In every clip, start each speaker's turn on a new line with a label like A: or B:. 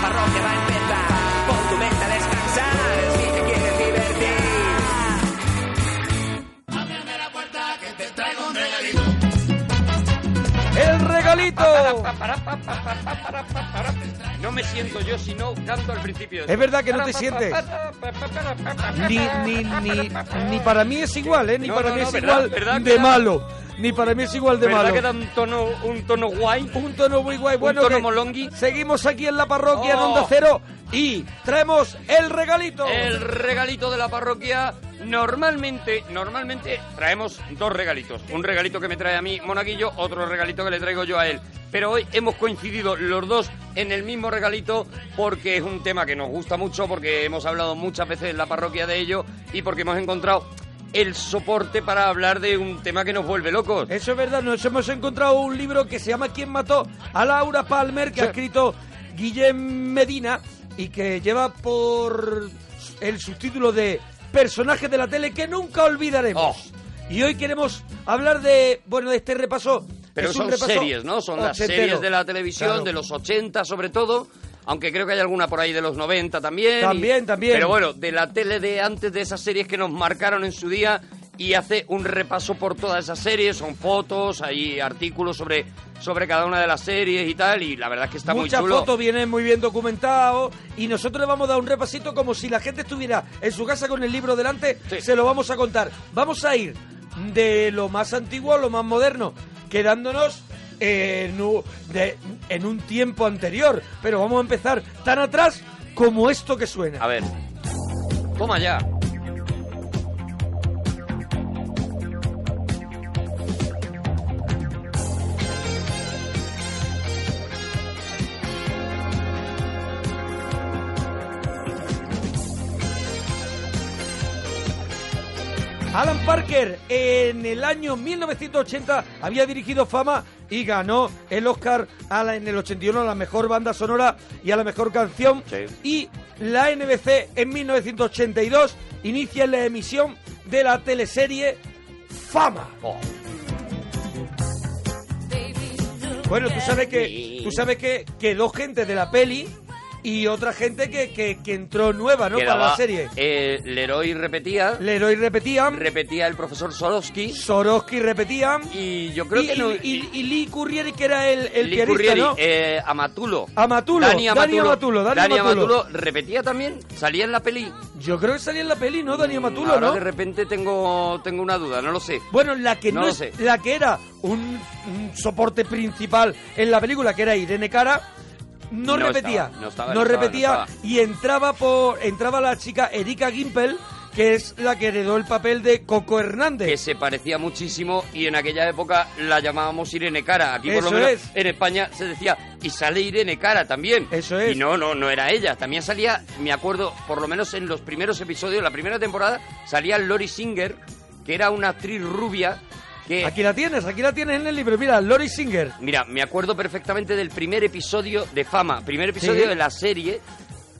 A: parroquia va a empezar. Pon tu mente a descansar si te quieres divertir.
B: ¡El regalito!
C: No me siento yo si no canto al principio.
B: Es verdad que no te sientes. Ni, ni, ni, ni para mí es igual, ¿eh? Ni
C: No,
B: para
C: no,
B: mí
C: no,
B: es
C: ¿verdad?
B: igual
C: ¿verdad que
B: de
C: da-
B: malo. Ni para mí es igual de
C: ¿Verdad
B: malo.
C: que da un tono, un tono guay?
B: Un tono muy guay. Bueno,
C: tono
B: que
C: molongui.
B: Seguimos aquí en la parroquia
C: Oh.
B: en Onda Cero y traemos el regalito.
C: El regalito de la parroquia. Normalmente, normalmente traemos dos regalitos. Un regalito que me trae a mí Monaguillo, otro regalito que le traigo yo a él. Pero hoy hemos coincidido los dos en el mismo regalito porque es un tema que nos gusta mucho, porque hemos hablado muchas veces en la parroquia de ello y porque hemos encontrado el soporte para hablar de un tema que nos vuelve locos.
B: Eso es verdad, nos hemos encontrado un libro que se llama ¿Quién mató a Laura Palmer? que ha escrito Guillem Medina y que lleva por el subtítulo de Personajes de la tele que nunca olvidaremos.
C: Oh.
B: Y hoy queremos hablar de, bueno, de este repaso.
C: Pero
B: es un
C: son
B: repaso
C: series, ¿no? Son las
B: ochentero.
C: series de la televisión,
B: Claro.
C: de los 80 sobre todo, aunque creo que hay alguna por ahí de los 90 también. y-
B: También, también.
C: Pero bueno, de la tele de antes de esas series que nos marcaron en su día y hace un repaso por todas esas series, son fotos, hay artículos sobre, sobre cada una de las series y tal, y la verdad es que está
B: Muchas
C: muy chulo.
B: fotos vienen muy bien documentados y nosotros le vamos a dar un repasito como si la gente estuviera en su casa con el libro delante,
C: Sí.
B: se lo vamos a contar. Vamos a ir de lo más antiguo a lo más moderno, quedándonos eh, en, u- de- en un tiempo anterior, pero vamos a empezar tan atrás como esto que suena.
C: A ver, toma ya.
B: Alan Parker en el año 1980 había dirigido Fama y ganó el Oscar a la- en el 81 a la mejor banda sonora y a la mejor canción.
C: Sí.
B: Y la NBC en 1982 inicia la emisión de la teleserie Fama.
C: Oh.
B: Bueno, tú sabes que tú sabes que quedó gente de la peli y otra gente que, que- que entró nueva, ¿no? Para
C: Quedaba,
B: la serie.
C: eh, Leroy repetía,
B: Leroy repetían,
C: repetía el profesor Sorosky,
B: Sorosky repetían.
C: y yo creo
B: y,
C: que no...
B: y- y- y Lee Currieri, que era el, el
C: Lee
B: pianista,
C: Currieri,
B: ¿no?
C: eh, Amatulo.
B: Amatulo,
C: Dani Amatulo.
B: Dani Amatulo, Dani
C: Dani
B: Amatulo.
C: Amatulo repetía también, salía en la peli.
B: Yo creo que salía en la peli, ¿no? Daniel Matulo,
C: Mm, Ahora
B: ¿no?
C: de repente tengo, tengo una duda, no lo sé.
B: Bueno, la que
C: No
B: no,
C: lo
B: es-
C: sé.
B: la que era un, un soporte principal en la película, que era Irene Cara, no,
C: No
B: repetía,
C: estaba, no estaba, no estaba,
B: repetía
C: no estaba.
B: y entraba por entraba la chica Erika Gimpel, que es la que heredó el papel de Coco Hernández.
C: Que se parecía muchísimo y en aquella época la llamábamos Irene Cara. Aquí por lo
B: Eso
C: menos
B: es.
C: en España se decía, y sale Irene Cara también.
B: Eso es.
C: Y no, no, no era ella. También salía, me acuerdo, por lo menos en los primeros episodios, la primera temporada, salía Lori Singer, que era una actriz rubia que
B: Aquí la tienes, aquí la tienes en el libro. Mira, Lori Singer.
C: Mira, me acuerdo perfectamente del primer episodio de Fama, primer episodio
B: Sí.
C: de la serie,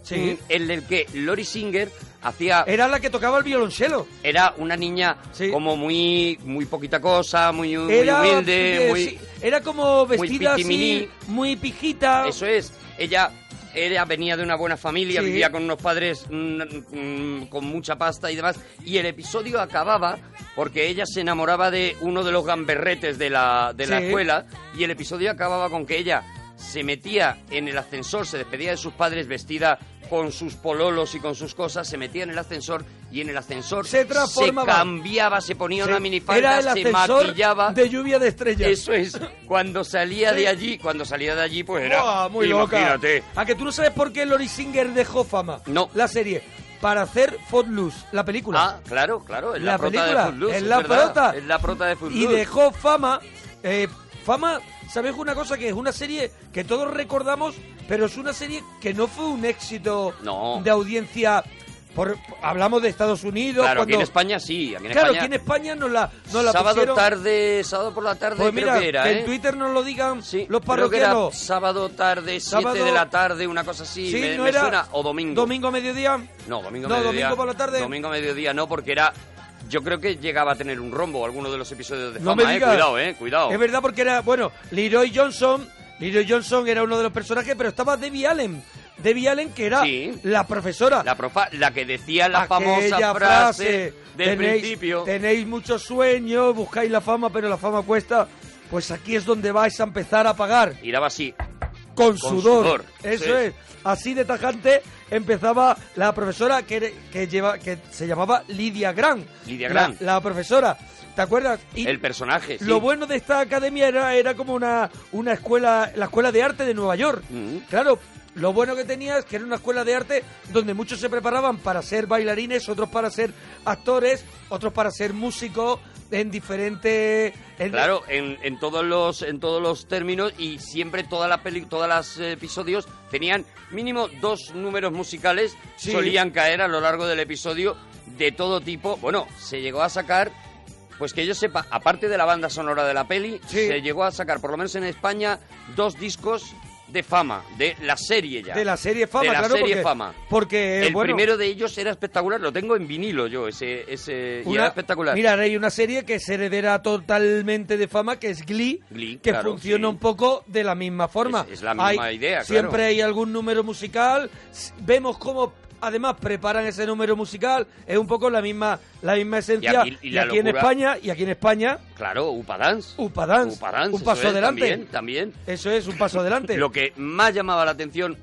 B: Sí.
C: mm, en el que Lori Singer hacía
B: Era la que tocaba el violonchelo.
C: era una niña
B: Sí.
C: como muy muy poquita cosa, muy, muy
B: Era,
C: humilde,
B: eh,
C: muy
B: sí, era como vestida
C: pitiminí.
B: así, muy pijita.
C: eso es. Ella ella venía de una buena familia,
B: Sí.
C: vivía con unos padres mm, mm, con mucha pasta y demás. Y el episodio acababa porque ella se enamoraba de uno de los gamberretes de la, de la
B: Sí.
C: escuela. Y el episodio acababa con que ella se metía en el ascensor, se despedía de sus padres vestida con sus pololos y con sus cosas, se metía en el ascensor y en el ascensor
B: Se transformaba.
C: cambiaba, se ponía una
B: Sí.
C: minifalda,
B: Era el
C: se
B: ascensor
C: maquillaba.
B: de lluvia de estrellas.
C: Eso es. Cuando salía
B: Sí.
C: de allí, cuando salía de allí, pues era.
B: Buah, muy
C: imagínate.
B: loca. A que tú no sabes por qué Lori Singer dejó fama.
C: No.
B: La serie. Para hacer Footloose, la película.
C: Ah, claro, claro. Es la,
B: La
C: prota
B: película,
C: de Footloose.
B: es
C: es
B: la
C: verdad,
B: prota.
C: Es la prota de
B: y
C: Footloose.
B: dejó fama. eh, fama, ¿sabes una cosa? Que es una serie que todos recordamos, pero es una serie que no fue un éxito
C: No.
B: de audiencia. Por, hablamos de Estados Unidos.
C: Claro, aquí
B: cuando,
C: en España sí. Aquí en
B: claro,
C: España,
B: aquí en España nos la, nos la
C: sábado
B: pusieron-
C: tarde, sábado por la tarde,
B: Pues
C: creo
B: mira,
C: que era,
B: que
C: ¿eh?
B: en Twitter nos lo digan
C: Sí,
B: los
C: creo que era
B: parroquianos.
C: sábado tarde, 7
B: Sábado-
C: de la tarde, una cosa así. me, me suena. O domingo.
B: Domingo a mediodía.
C: No, domingo
B: No,
C: mediodía.
B: domingo por la tarde.
C: Domingo mediodía no, porque era. Yo creo que llegaba a tener un rombo alguno de los episodios de
B: No
C: fama,
B: me
C: ¿eh?
B: digas.
C: Cuidado, ¿eh? Cuidado.
B: Es verdad porque era, bueno, Leroy Johnson, Leroy Johnson era uno de los personajes, pero estaba Debbie Allen. de Vialen, que era
C: Sí.
B: la profesora.
C: La, profa- la que decía la
B: Aquella
C: famosa frase del
B: tenéis,
C: principio.
B: Tenéis muchos sueños, buscáis la fama, pero la fama cuesta. Pues aquí es donde vais a empezar a pagar.
C: Y daba así.
B: Con, sudor.
C: sudor.
B: Eso
C: Sí.
B: es. Así de tajante empezaba la profesora que, era- que, lleva, que se llamaba Lidia Gran.
C: Lidia
B: La-
C: Gran.
B: La, profesora. ¿Te acuerdas? Y
C: El personaje, sí.
B: Lo bueno de esta academia era, era como una, una escuela, la escuela de arte de Nueva York.
C: Ujú.
B: Claro, lo bueno que tenía es que era una escuela de arte donde muchos se preparaban para ser bailarines, otros para ser actores, otros para ser músicos en diferentes... en-
C: Claro, en, en todos los en todos los términos y siempre todas las peli, todas las eh, episodios tenían mínimo dos números musicales
B: Sí.
C: solían caer a lo largo del episodio de todo tipo. Bueno, se llegó a sacar pues que yo sepa, aparte de la banda sonora de la peli,
B: Sí.
C: se llegó a sacar por lo menos en España dos discos de fama de la serie ya.
B: De la serie Fama,
C: De la
B: claro,
C: serie
B: porque-
C: Fama.
B: porque,
C: el
B: Eh, bueno-
C: primero de ellos era espectacular, lo tengo en vinilo yo, ese ese y
B: Una-
C: era espectacular.
B: Mira, ahora hay una serie que se heredera totalmente de fama, que es Glee,
C: Glee,
B: que
C: claro,
B: funciona
C: sí.
B: un poco de la misma forma.
C: Es- es la misma
B: Hay-
C: idea, claro.
B: Siempre hay algún número musical, s- vemos cómo además preparan ese número musical, es un poco la misma, la misma esencia.
C: aquí- y la
B: aquí en
C: locura-
B: España, y aquí en España,
C: Claro, Upa Dance.
B: Upa Dance,
C: Upa Dance,
B: un
C: eso
B: paso
C: es,
B: adelante.
C: También, también.
B: Eso es, un paso adelante.
C: Lo que más llamaba la atención,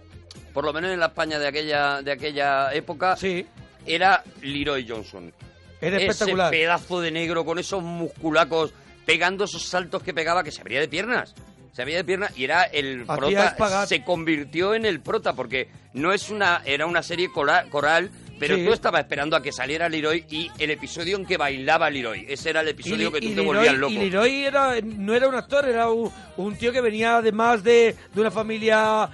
C: por lo menos en la España de aquella, de aquella época,
B: Sí,
C: era Leroy Johnson.
B: era espectacular.
C: Ese pedazo de negro con esos musculacos, pegando esos saltos que pegaba, que se abría de piernas. Se abría de piernas y era el
B: Hacía
C: prota.
B: espagat.
C: Se convirtió en el prota, porque no es una. Era una serie cora- coral. Pero
B: Sí.
C: tú estabas esperando a que saliera Leroy y el episodio en que bailaba Leroy. Ese era el episodio que tú te
B: Leroy-
C: volvías loco.
B: y Leroy era, no era un actor, era un, un tío que venía además de, de una familia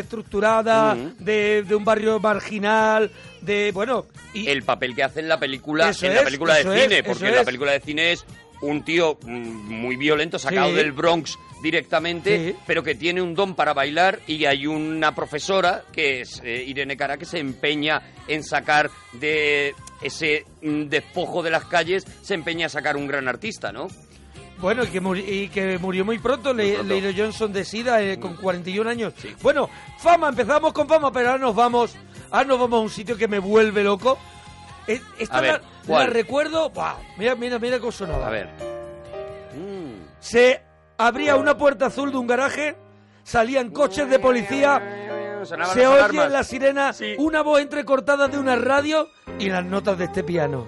B: desestructurada,
C: Ujú.
B: de, de un barrio marginal, de, bueno, y
C: el papel que hace en la película,
B: Eso
C: en la
B: es,
C: película de
B: eso es,
C: cine,
B: eso
C: porque en la
B: es.
C: película de cine es un tío mm, muy violento, sacado
B: Sí.
C: del Bronx directamente,
B: Sí.
C: pero que tiene un don para bailar y hay una profesora, que es eh, Irene Cara, que se empeña en sacar de ese mm, despojo de las calles, se empeña a sacar un gran artista, ¿no?
B: bueno, y que, muri- y que murió muy pronto,
C: Muy
B: Le-
C: pronto. Mm.
B: Leroy Johnson de SIDA eh, con 41 años.
C: Sí.
B: Bueno, fama, empezamos con fama, pero ahora nos vamos, ahora nos vamos a un sitio que me vuelve loco. Es- Esta
C: A ver,
B: la- la,
C: ¿cuál?
B: recuerdo, ¡buah! mira, mira, mira cómo sonaba.
C: A ver. Mm.
B: Se abría una puerta azul de un garaje, salían coches de policía,
C: Sonaban
B: Se
C: las
B: oye
C: alarmas.
B: en la sirena
C: Sí.
B: una voz entrecortada de una radio y las notas de este piano.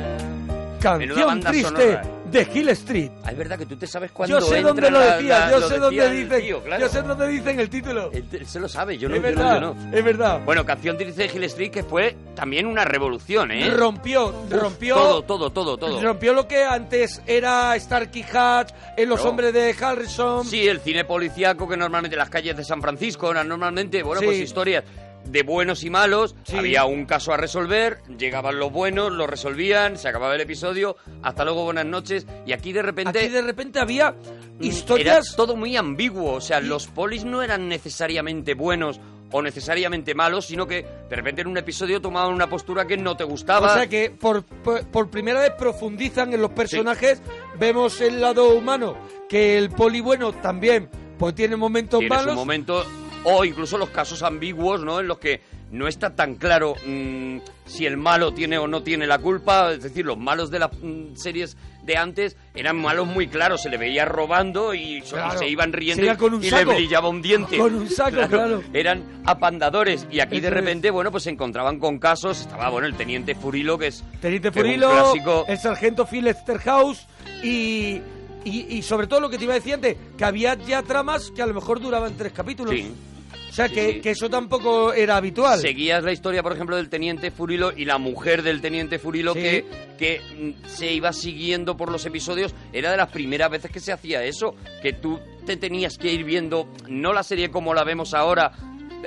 C: Menuda
B: Canción
C: banda
B: triste
C: sonora.
B: de Hill Street.
C: Ah, es verdad que tú te sabes cuándo
B: Yo sé
C: entra
B: dónde lo
C: la-
B: decía,
C: la-
B: yo
C: lo
B: sé
C: decía
B: dónde
C: el
B: dicen,
C: tío, claro.
B: yo sé dónde dicen el título.
C: Él, él se lo sabe, yo no,
B: es,
C: yo no,
B: verdad,
C: yo no.
B: es verdad,
C: Bueno, Canción Triste de Hill Street que fue también una revolución, ¿eh?
B: Rompió,
C: Uf,
B: rompió,
C: Todo, todo, todo, todo.
B: rompió lo que antes era Starkey Hatch, en los
C: Claro.
B: hombres de Harrison.
C: Sí, el cine policíaco que normalmente las calles de San Francisco eran normalmente, bueno,
B: Sí.
C: pues historias de buenos y malos.
B: Sí.
C: Había un caso a resolver, llegaban los buenos, lo resolvían, se acababa el episodio, hasta luego, buenas noches. Y aquí de repente...
B: Aquí de repente había
C: mm,
B: historias
C: Era todo muy ambiguo, o sea,
B: Y-
C: los polis no eran necesariamente buenos o necesariamente malos, sino que de repente en un episodio tomaban una postura que no te gustaba.
B: O sea que por, por, por primera vez profundizan en los personajes, vemos el lado humano, que el poli bueno también pues tiene momentos
C: Tienes
B: malos.
C: un momento o incluso los casos ambiguos, ¿no? En los que no está tan claro mm, si el malo tiene o no tiene la culpa. Es decir, los malos de las mm, series de antes eran malos muy claros. Se le veía robando y so-
B: Claro.
C: se iban riendo
B: Se iba
C: y-
B: con un
C: y
B: saco.
C: le brillaba un diente.
B: Con un saco, claro.
C: Eran apandadores y aquí
B: Eso
C: de
B: es.
C: repente, bueno, pues se encontraban con casos. Estaba, bueno, el teniente Furilo, que es
B: Teniente
C: que es un
B: Furilo,
C: clásico.
B: el sargento Phil Esterhouse y, y, y sobre todo lo que te iba a decir antes, que había ya tramas que a lo mejor duraban tres capítulos.
C: Sí.
B: O sea
C: Sí,
B: que,
C: sí.
B: que eso tampoco era habitual.
C: Seguías la historia, por ejemplo, del teniente Furilo y la mujer del teniente Furilo
B: Sí.
C: que, que mm, se iba siguiendo por los episodios. Era de las primeras veces que se hacía eso, que tú te tenías que ir viendo, no la serie como la vemos ahora.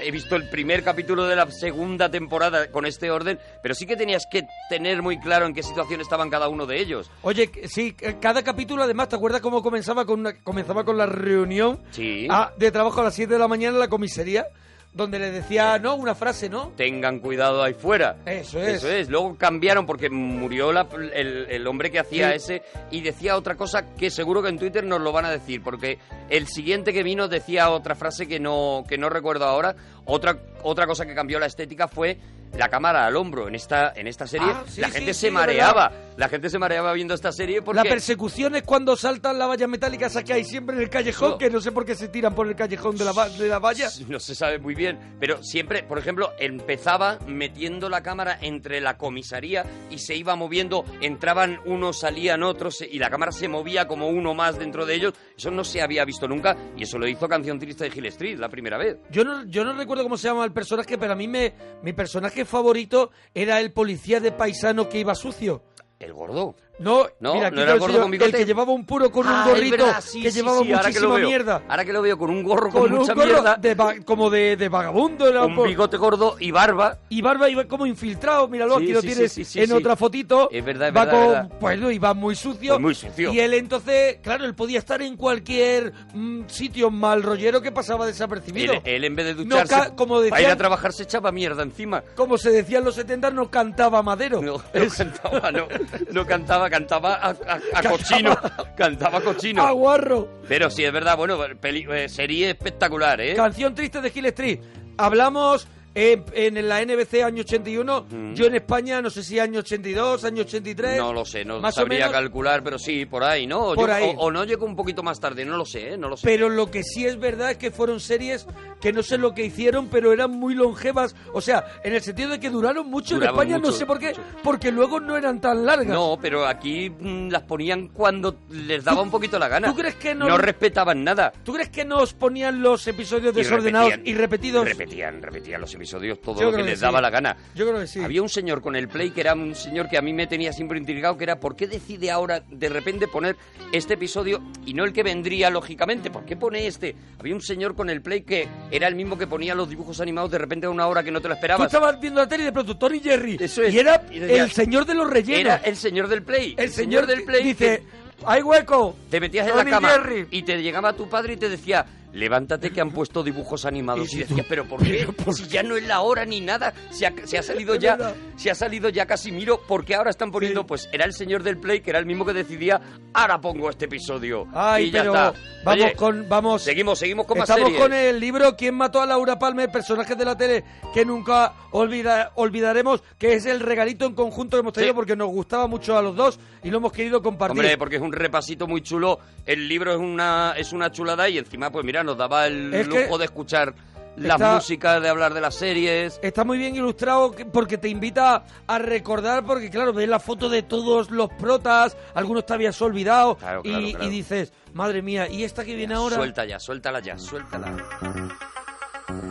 C: He visto el primer capítulo de la segunda temporada con este orden, pero sí que tenías que tener muy claro en qué situación estaban cada uno de ellos.
B: Oye, que- sí, que cada capítulo además, ¿te acuerdas cómo comenzaba con, una- comenzaba con la reunión
C: Sí.
B: Ah, de trabajo a las 7 de la mañana en la comisaría, donde le decía, ¿no? Una frase, ¿no?
C: Tengan cuidado ahí fuera.
B: Eso es.
C: Eso es. Luego cambiaron porque murió la- el, el hombre que hacía
B: Sí.
C: ese y decía otra cosa que seguro que en Twitter nos lo van a decir porque el siguiente que vino decía otra frase que no que no recuerdo ahora. Otra otra cosa que cambió la estética fue la cámara al hombro en esta en esta serie
B: Ah, sí,
C: la
B: sí,
C: gente
B: sí,
C: se
B: es
C: mareaba, la gente se mareaba viendo esta serie
B: La
C: porque
B: persecución es cuando saltan las vallas metálicas esa que hay siempre en el callejón,
C: No.
B: que no sé por qué se tiran por el callejón de la, va- de la valla.
C: No se sabe muy bien, pero siempre, por ejemplo, empezaba metiendo la cámara entre la comisaría y se iba moviendo, entraban unos, salían otros se- y la cámara se movía como uno más dentro de ellos. Eso no se había visto nunca y eso lo hizo Canción Triste de Gil Street la primera vez.
B: Yo no, yo no recuerdo cómo se llama el personaje, pero a mí me, mi personaje favorito era el policía de paisano que iba sucio.
C: El gordo.
B: No,
C: No,
B: mira,
C: no
B: aquí
C: era
B: te lo
C: el gordo
B: enseño,
C: con
B: el
C: bigote.
B: que llevaba un puro con
C: Ah,
B: un
C: es
B: gorrito,
C: verdad, sí,
B: que
C: sí,
B: llevaba
C: sí, ahora que lo
B: muchísima
C: veo.
B: mierda.
C: Ahora que lo veo con un gorro con,
B: Con un
C: mucha
B: gorro
C: mierda,
B: de va- como de, de vagabundo. era
C: un
B: por-
C: bigote gordo y barba.
B: y barba iba como infiltrado, míralo,
C: Sí,
B: aquí lo
C: sí,
B: tienes
C: sí, sí, sí,
B: en
C: sí.
B: otra fotito.
C: Es verdad, es
B: va
C: verdad,
B: con,
C: es verdad.
B: Pues no, iba muy sucio.
C: Pues muy sucio.
B: Y él entonces, claro, él podía estar en cualquier mm, sitio mal rollero que pasaba desapercibido.
C: Él, él en vez de
B: No
C: ducharse
B: ca- como
C: para ir a
B: decían-
C: trabajar se echaba mierda encima.
B: Como se decía en los 70, no cantaba madero.
C: No, no cantaba, no, no cantaba, cantaba a, a- a cochino, cantaba cochino.
B: ¡Ah, Aguarro.
C: Pero sí, es verdad, bueno, peli- eh, sería espectacular, ¿eh?
B: Canción triste de Gil Street. Hablamos eh, en la NBC año 81. Yo en España, no sé si año 82, año 83.
C: Mm. No lo sé, no
B: Más o
C: sabría
B: menos.
C: calcular, pero sí, por ahí, ¿no? O
B: Por
C: yo-
B: ahí.
C: O, o no llegó un poquito más tarde, no lo sé, ¿eh? No lo sé.
B: Pero lo que sí es verdad es que fueron series que no sé lo que hicieron, pero eran muy longevas. O sea, en el sentido de que duraron mucho
C: Duraban
B: en España, no
C: mucho,
B: sé por qué,
C: mucho.
B: porque luego no eran tan largas.
C: No, pero aquí mm, las ponían cuando les daba un poquito la gana.
B: tú crees que no-
C: No respetaban nada.
B: ¿Tú crees que nos ponían los episodios
C: Y
B: desordenados
C: repetían,
B: y repetidos?
C: Repetían, repetían los episodios todo
B: Yo
C: lo que
B: creo que
C: les
B: sí.
C: daba la gana.
B: Yo creo que sí.
C: Había un señor con el Play que era un señor que a mí me tenía siempre intrigado, que era ¿por qué decide ahora de repente poner este episodio y no el que vendría lógicamente? ¿Por qué pone este? Había un señor con el Play que era el mismo que ponía los dibujos animados de repente a una hora que no te lo
B: Tú
C: esperabas.
B: estabas viendo la tele de pronto, Tony Jerry.
C: Eso es.
B: Y era
C: Y decías,
B: el señor de los rellenos.
C: Era el señor del Play.
B: El señor
C: del Play
B: dice,
C: que
B: hay hueco.
C: te metías en
B: Tony
C: la cama
B: Jerry".
C: y te llegaba tu padre y te decía levántate que han puesto dibujos animados
B: Y
C: y,
B: tú,
C: decías pero por qué si ya no es la hora ni nada se ha, se ha salido ya
B: verdad.
C: se ha salido ya Casimiro ¿por qué ahora están poniendo
B: Sí.
C: pues era el señor del play que era el mismo que decidía ahora pongo este episodio
B: Ay,
C: y ya
B: pero
C: está
B: vamos
C: Oye,
B: con vamos
C: seguimos seguimos con más
B: Estamos
C: series.
B: con el libro ¿Quién mató a Laura Palmer? Personajes de la tele que nunca olvida- olvidaremos, que es el regalito en conjunto que hemos tenido
C: Sí.
B: porque nos gustaba mucho a los dos y lo hemos querido compartir.
C: Hombre, porque es un repasito muy chulo. El libro es una es una chulada y encima, pues mira, nos daba el
B: Es que
C: lujo de escuchar la
B: está-
C: música, de hablar de las series.
B: Está muy bien ilustrado que- porque te invita a recordar, porque claro, ves la foto de todos los protas, algunos te habías olvidado
C: Claro,
B: y,
C: claro, claro.
B: y dices, madre mía, ¿y esta que viene ahora?
C: Suelta ya, suéltala ya, suéltala.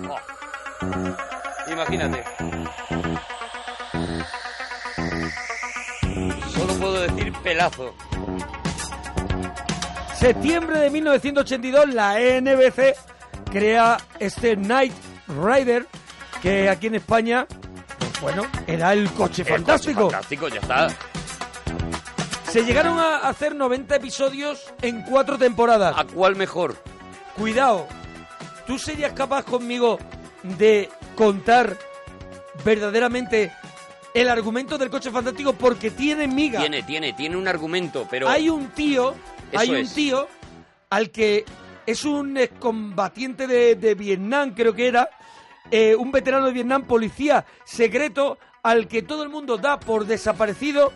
C: Oh. Imagínate. Solo puedo decir pelazo. Eh,
B: Septiembre de 1982, la NBC crea este Night Rider, que aquí en España, pues bueno, era el coche
C: El coche
B: fantástico.
C: fantástico, ya está.
B: Se llegaron a hacer 90 episodios en cuatro temporadas.
C: ¿A cuál mejor?
B: Cuidado, ¿tú serías capaz conmigo de contar verdaderamente el argumento del coche fantástico? Porque tiene miga.
C: Tiene, tiene, tiene un argumento, pero.
B: Hay un tío,
C: Eso
B: hay un
C: es.
B: tío al que es un combatiente de, de Vietnam, creo que era, eh, un veterano de Vietnam, policía secreto, al que todo el mundo da por desaparecido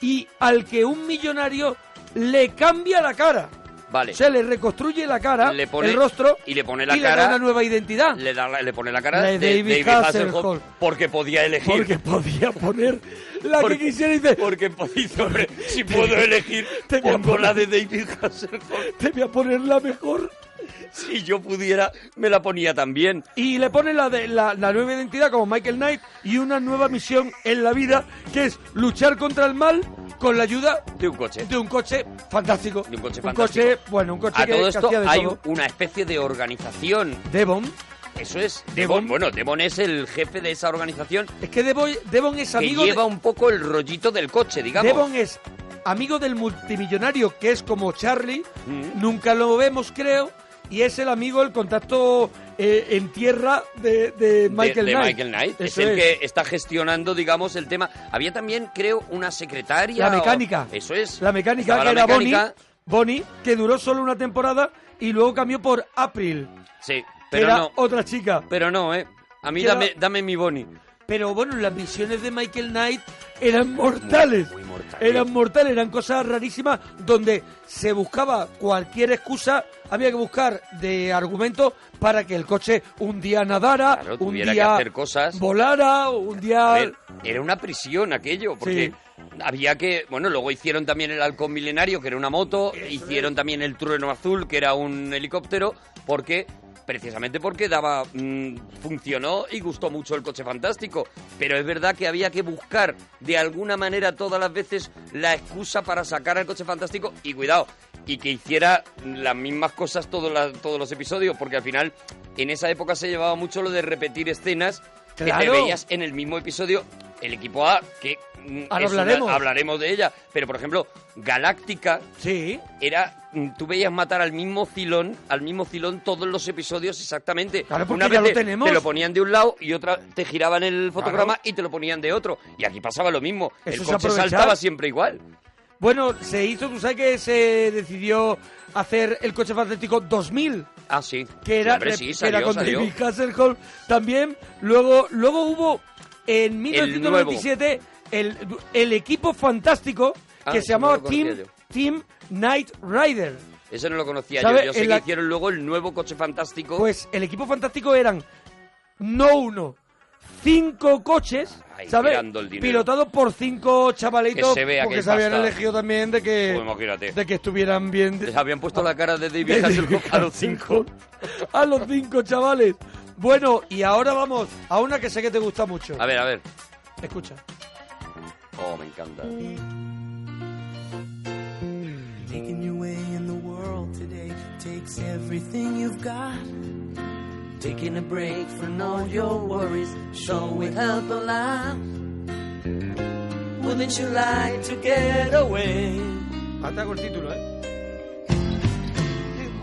B: y al que un millonario le cambia la cara.
C: Vale.
B: Se le reconstruye la cara,
C: Le pone-
B: el rostro
C: y le pone la
B: da
C: cara-
B: una nueva identidad.
C: le, da la- le pone la cara
B: La
C: de,
B: de David
C: David, Hasselhoff
B: Hasselhoff.
C: porque podía elegir.
B: Porque podía poner la
C: Porque-
B: que quisiera y dice,
C: Porque podía, hombre, si puedo elegir,
B: te voy a
C: pongo
B: poner-
C: la de David Hasselhoff.
B: te voy a poner la mejor.
C: Si yo pudiera, me la ponía también.
B: Y le pone la, de, la, la nueva identidad como Michael Knight y una nueva misión en la vida que es luchar contra el mal con la ayuda
C: De un coche.
B: de un coche fantástico.
C: De un coche fantástico.
B: coche, bueno, un coche
C: A
B: que,
C: todo
B: que
C: esto
B: hacía de
C: hay
B: todo.
C: una especie de organización.
B: Devon.
C: Eso es. Devon, bueno, Devon es el jefe de esa organización
B: Es que Devon, Devon es
C: que
B: amigo
C: lleva
B: de-
C: un poco el rollito del coche, digamos.
B: Devon es amigo del multimillonario que es como Charlie.
C: Mm.
B: Nunca lo vemos, creo. y es el amigo, el contacto eh, en tierra de, de Michael
C: de, de
B: Knight.
C: Michael Knight. Es
B: Eso
C: el
B: es.
C: que está gestionando, digamos, el tema. Había también, creo, una secretaria.
B: La
C: o-
B: mecánica.
C: Eso es.
B: La mecánica
C: Estaba
B: que
C: la
B: era
C: mecánica,
B: Bonnie, Bonnie, que duró solo una temporada y luego cambió por April,
C: Sí,
B: que
C: pero
B: era
C: no.
B: otra chica.
C: Pero no, ¿eh? A mí
B: Que era-
C: dame, dame mi Bonnie.
B: Pero bueno, las misiones de Michael Knight eran mortales.
C: muy mortales.
B: Eran mortales, eran cosas rarísimas donde se buscaba cualquier excusa, había que buscar de argumentos para que el coche un día nadara,
C: Claro,
B: un
C: tuviera
B: día
C: que hacer cosas.
B: volara, un
C: A
B: día...
C: ver, era una prisión aquello, porque había que... Bueno, luego hicieron también el halcón milenario, que era una moto, hicieron también el trueno azul, que era un helicóptero, porque... Precisamente porque daba, mm, funcionó y gustó mucho el coche fantástico. Pero es verdad que había que buscar de alguna manera todas las veces la excusa para sacar al coche fantástico y cuidado, y que hiciera las mismas cosas todos, la- todos los episodios, porque al final en esa época se llevaba mucho lo de repetir escenas que te
B: Claro.
C: veías en el mismo episodio el equipo A, que mm,
B: Ahora
C: es una-
B: hablaremos.
C: hablaremos de ella, pero por ejemplo, Galáctica
B: Sí,
C: era mm, tú veías matar al mismo Cilón, al mismo Cilón todos los episodios exactamente.
B: Claro, porque
C: Una
B: ya
C: vez
B: lo
C: te-
B: tenemos.
C: Te lo ponían de un lado y otra te giraban el fotograma y te lo ponían de otro. Y aquí pasaba lo mismo.
B: Eso es
C: el coche
B: aprovechar.
C: saltaba siempre igual.
B: bueno, se hizo, tú sabes que se decidió hacer el coche fantástico 2000,
C: Ah, sí.
B: que era,
C: Sí, hombre,
B: rep-
C: sí,
B: que
C: salió,
B: era con
C: salió.
B: David Hasselhoff también. Luego, luego hubo en 1997 el, el equipo fantástico
C: Ah,
B: que
C: ese
B: se
C: no lo
B: llamaba
C: conocía
B: Team,
C: yo.
B: Team Knight Rider.
C: Eso no lo conocía yo.
B: ¿Sabe?
C: Yo sé
B: En
C: que
B: la-
C: hicieron luego el nuevo coche fantástico.
B: Pues el equipo fantástico eran no uno, cinco coches,
C: Ay,
B: ¿sabes?
C: tirando el dinero.
B: Pilotados por cinco chavalitos
C: Que se vea que
B: porque
C: hay
B: se habían
C: pasta.
B: elegido también de que,
C: Pues imagínate.
B: de que estuvieran bien.
C: Les habían puesto la cara de David Hasselhoff a los cinco.
B: A los cinco, chavales. Bueno, y ahora vamos a una que sé que te gusta mucho.
C: A ver, a ver.
B: Escucha.
C: Oh, me encanta.
D: Taking your way in the world today takes everything you've got. Taking a break from all your worries sure would help a lot. Wouldn't you like to get away?
B: Hasta con el título, ¿eh?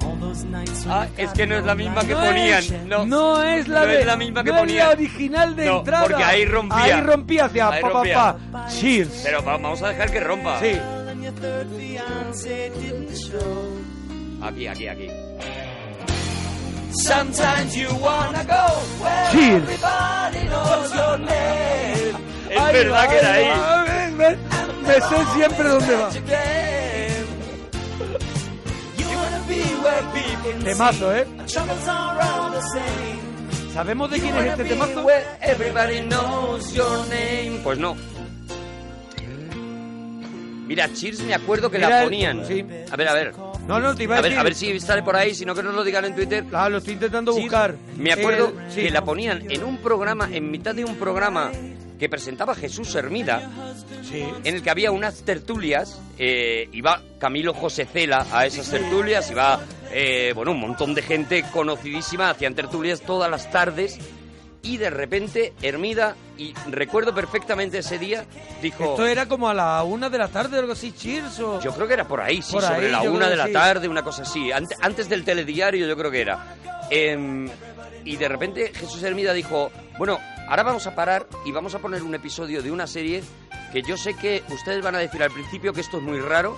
D: All those nights when
C: Ah,
D: you've
C: es
D: got
C: que no es la misma que
B: No
C: ponían.
B: es,
C: No,
B: no es la
C: no
B: de-
C: es la misma que
B: no es
C: ponían.
B: la original de
C: No,
B: entrada.
C: porque ahí rompía.
B: Ahí rompía hacia
C: Ahí
B: pa, pa,
C: rompía.
B: pa. Cheers.
C: Pero va- vamos a dejar que rompa.
B: sí.
D: girl and your third fiance didn't show.
C: Aquí, aquí, aquí.
D: Sometimes you wanna go where
B: Cheers.
D: everybody knows your name.
C: Es verdad que era ahí.
B: ahí. va, ven, ven. Me sé siempre dónde va.
D: Again. You wanna be where people can
B: Temazo, ¿eh?
D: see Troubles are all the same.
B: ¿Sabemos de quién es este temazo?
C: Where everybody knows your name. Pues no. Mira, Cheers me acuerdo que
B: Mira
C: la
B: el-
C: ponían.
B: sí.
C: A ver, a ver.
B: No, no, te iba a
C: A ver,
B: decir.
C: a ver si sale por ahí, si no que nos lo digan en Twitter.
B: Claro, lo estoy intentando
C: Sí,
B: buscar.
C: Me acuerdo
B: Eh, sí.
C: que la ponían en un programa, en mitad de un programa que presentaba Jesús Hermida,
B: Sí.
C: en el que había unas tertulias, eh, iba Camilo José Cela a esas tertulias, iba, eh, bueno, un montón de gente conocidísima, hacían tertulias todas las tardes, y de repente Hermida, y recuerdo perfectamente ese día, dijo...
B: Esto era como a la una de la tarde o algo así, cheers o...
C: Yo creo que era por ahí, sí,
B: Por
C: sobre
B: ahí,
C: la
B: yo
C: una
B: creo
C: de
B: que
C: la
B: sí.
C: tarde, una cosa así. Ante- antes del telediario, yo creo que era. Em, y de repente Jesús Hermida dijo: Bueno, ahora vamos a parar y vamos a poner un episodio de una serie que yo sé que ustedes van a decir al principio que esto es muy raro.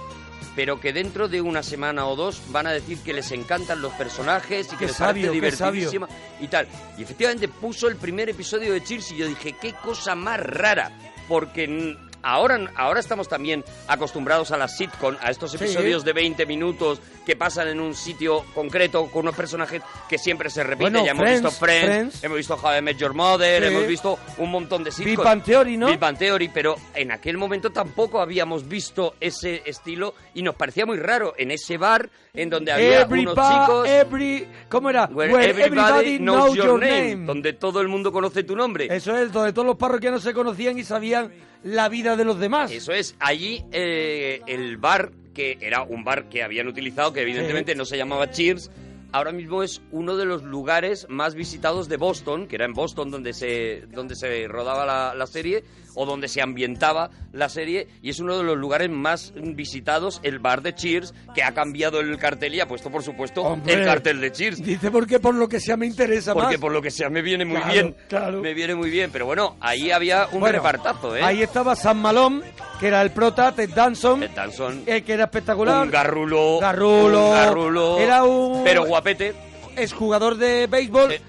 C: Pero que dentro de una semana o dos van a decir que les encantan los personajes y que
B: Qué
C: les
B: sabio,
C: parece
B: qué sabio.
C: divertidísima y tal. Y efectivamente puso el primer episodio de Cheers y yo dije, qué cosa más rara, porque n- ahora, ahora estamos también acostumbrados a la sitcom, a estos
B: Sí.
C: episodios de 20 minutos que pasan en un sitio concreto con unos personajes que siempre se repiten.
B: Bueno,
C: ya hemos
B: Friends,
C: visto Friends,
B: Friends.
C: hemos visto How I Met Your Mother,
B: Sí.
C: hemos visto un montón de sitcoms.
B: Big Bang Theory, ¿no?
C: Big Bang Theory, pero en aquel momento tampoco habíamos visto ese estilo y nos parecía muy raro en ese bar en donde había unos
B: Everyba-
C: chicos
B: every, ¿Cómo era?
C: Where,
B: Where
C: everybody, knows your name,
B: name.
C: donde todo el mundo conoce tu nombre.
B: Eso es, donde todos los parroquianos se conocían y sabían la vida de los demás.
C: Eso es, allí eh, el bar, que era un bar que habían utilizado, que evidentemente no se llamaba Cheers, ahora mismo es uno de los lugares más visitados de Boston, que era en Boston donde se, donde se rodaba la, la serie o donde se ambientaba la serie, y es uno de los lugares más visitados, el bar de Cheers, que ha cambiado el cartel y ha puesto, por supuesto,
B: Hombre.
C: el cartel de Cheers.
B: Dice porque por lo que sea me interesa
C: Porque
B: más.
C: por lo que sea me viene muy
B: Claro,
C: bien.
B: claro.
C: Me viene muy bien. Pero bueno, ahí había un
B: Bueno,
C: repartazo, ¿eh?
B: Ahí estaba Sam Malone, que era el prota, Ted Danson,
C: Ted Danson.
B: eh, que era espectacular.
C: Un garrulo.
B: Garrulo.
C: Un garrulo.
B: Era un-
C: Pero guapete.
B: es jugador de béisbol,
C: Eh.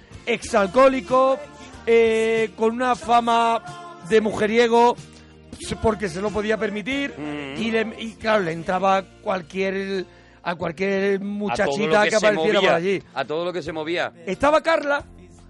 B: exalcohólico, eh, con una fama de mujeriego s- porque se lo podía permitir
C: Mm.
B: y, le- y, claro, le entraba cualquier a cualquier
C: a todo
B: muchachita
C: lo
B: que,
C: que, se
B: apareciera
C: movía.
B: por allí.
C: A todo lo que se movía.
B: Estaba Carla,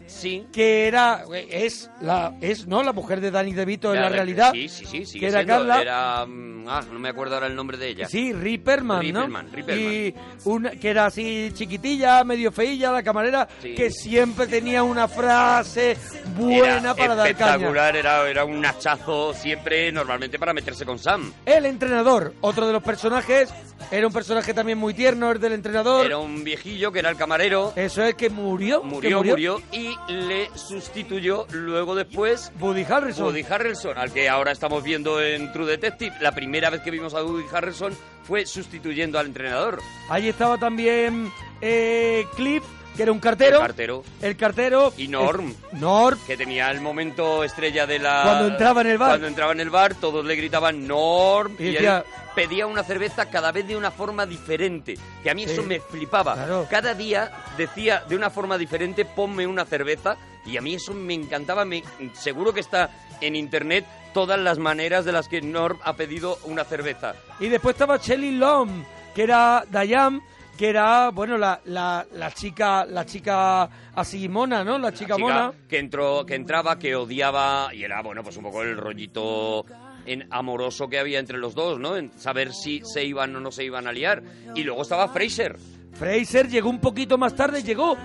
C: Sí.
B: que era eh, es la es no la mujer de Danny DeVito en la
C: Era-
B: realidad.
C: Sí, sí, sí. sigue
B: que era
C: siendo.
B: Carla.
C: Era, mm, ah, no me acuerdo ahora el nombre de ella.
B: Sí, Ripperman, ¿no?
C: Ripperman, Ripperman.
B: Y una que era así chiquitilla, medio feilla, la camarera,
C: Sí.
B: que siempre tenía una frase
C: Era
B: buena para dar caña.
C: espectacular, era, era un hachazo siempre, normalmente para meterse con Sam.
B: El entrenador, otro de los personajes, era un personaje también muy tierno, el del entrenador.
C: Era un viejillo que era el camarero.
B: Eso es que murió. Eh, que
C: Murió, murió y le sustituyó luego después
B: Woody Harrison.
C: Woody Harrelson, al que ahora estamos viendo en True Detective. La primera vez que vimos a Woody Harrelson fue sustituyendo al entrenador.
B: Ahí estaba también eh, Cliff, que era un cartero.
C: El cartero.
B: El cartero.
C: Y Norm.
B: Es- Norm.
C: Que tenía el momento estrella de la...
B: Cuando entraba en el bar.
C: Cuando entraba en el bar, todos le gritaban Norm.
B: Y
C: Y, él
B: decía-
C: pedía una cerveza cada vez de una forma diferente. Que a mí
B: Sí.
C: eso me flipaba.
B: Claro.
C: Cada día decía de una forma diferente, ponme una cerveza. Y a mí eso me encantaba. Me... Seguro que está en internet todas las maneras de las que Norm ha pedido una cerveza.
B: Y después estaba Shelley Long, que era Diane, que era, bueno, la, la, la chica, la chica así mona, ¿no? La chica,
C: chica
B: mona.
C: que entró que entraba que odiaba y era bueno pues un poco el rollito en amoroso que había entre los dos no en saber si se iban o no se iban a liar y luego estaba Fraser
B: Fraser llegó un poquito más tarde, llegó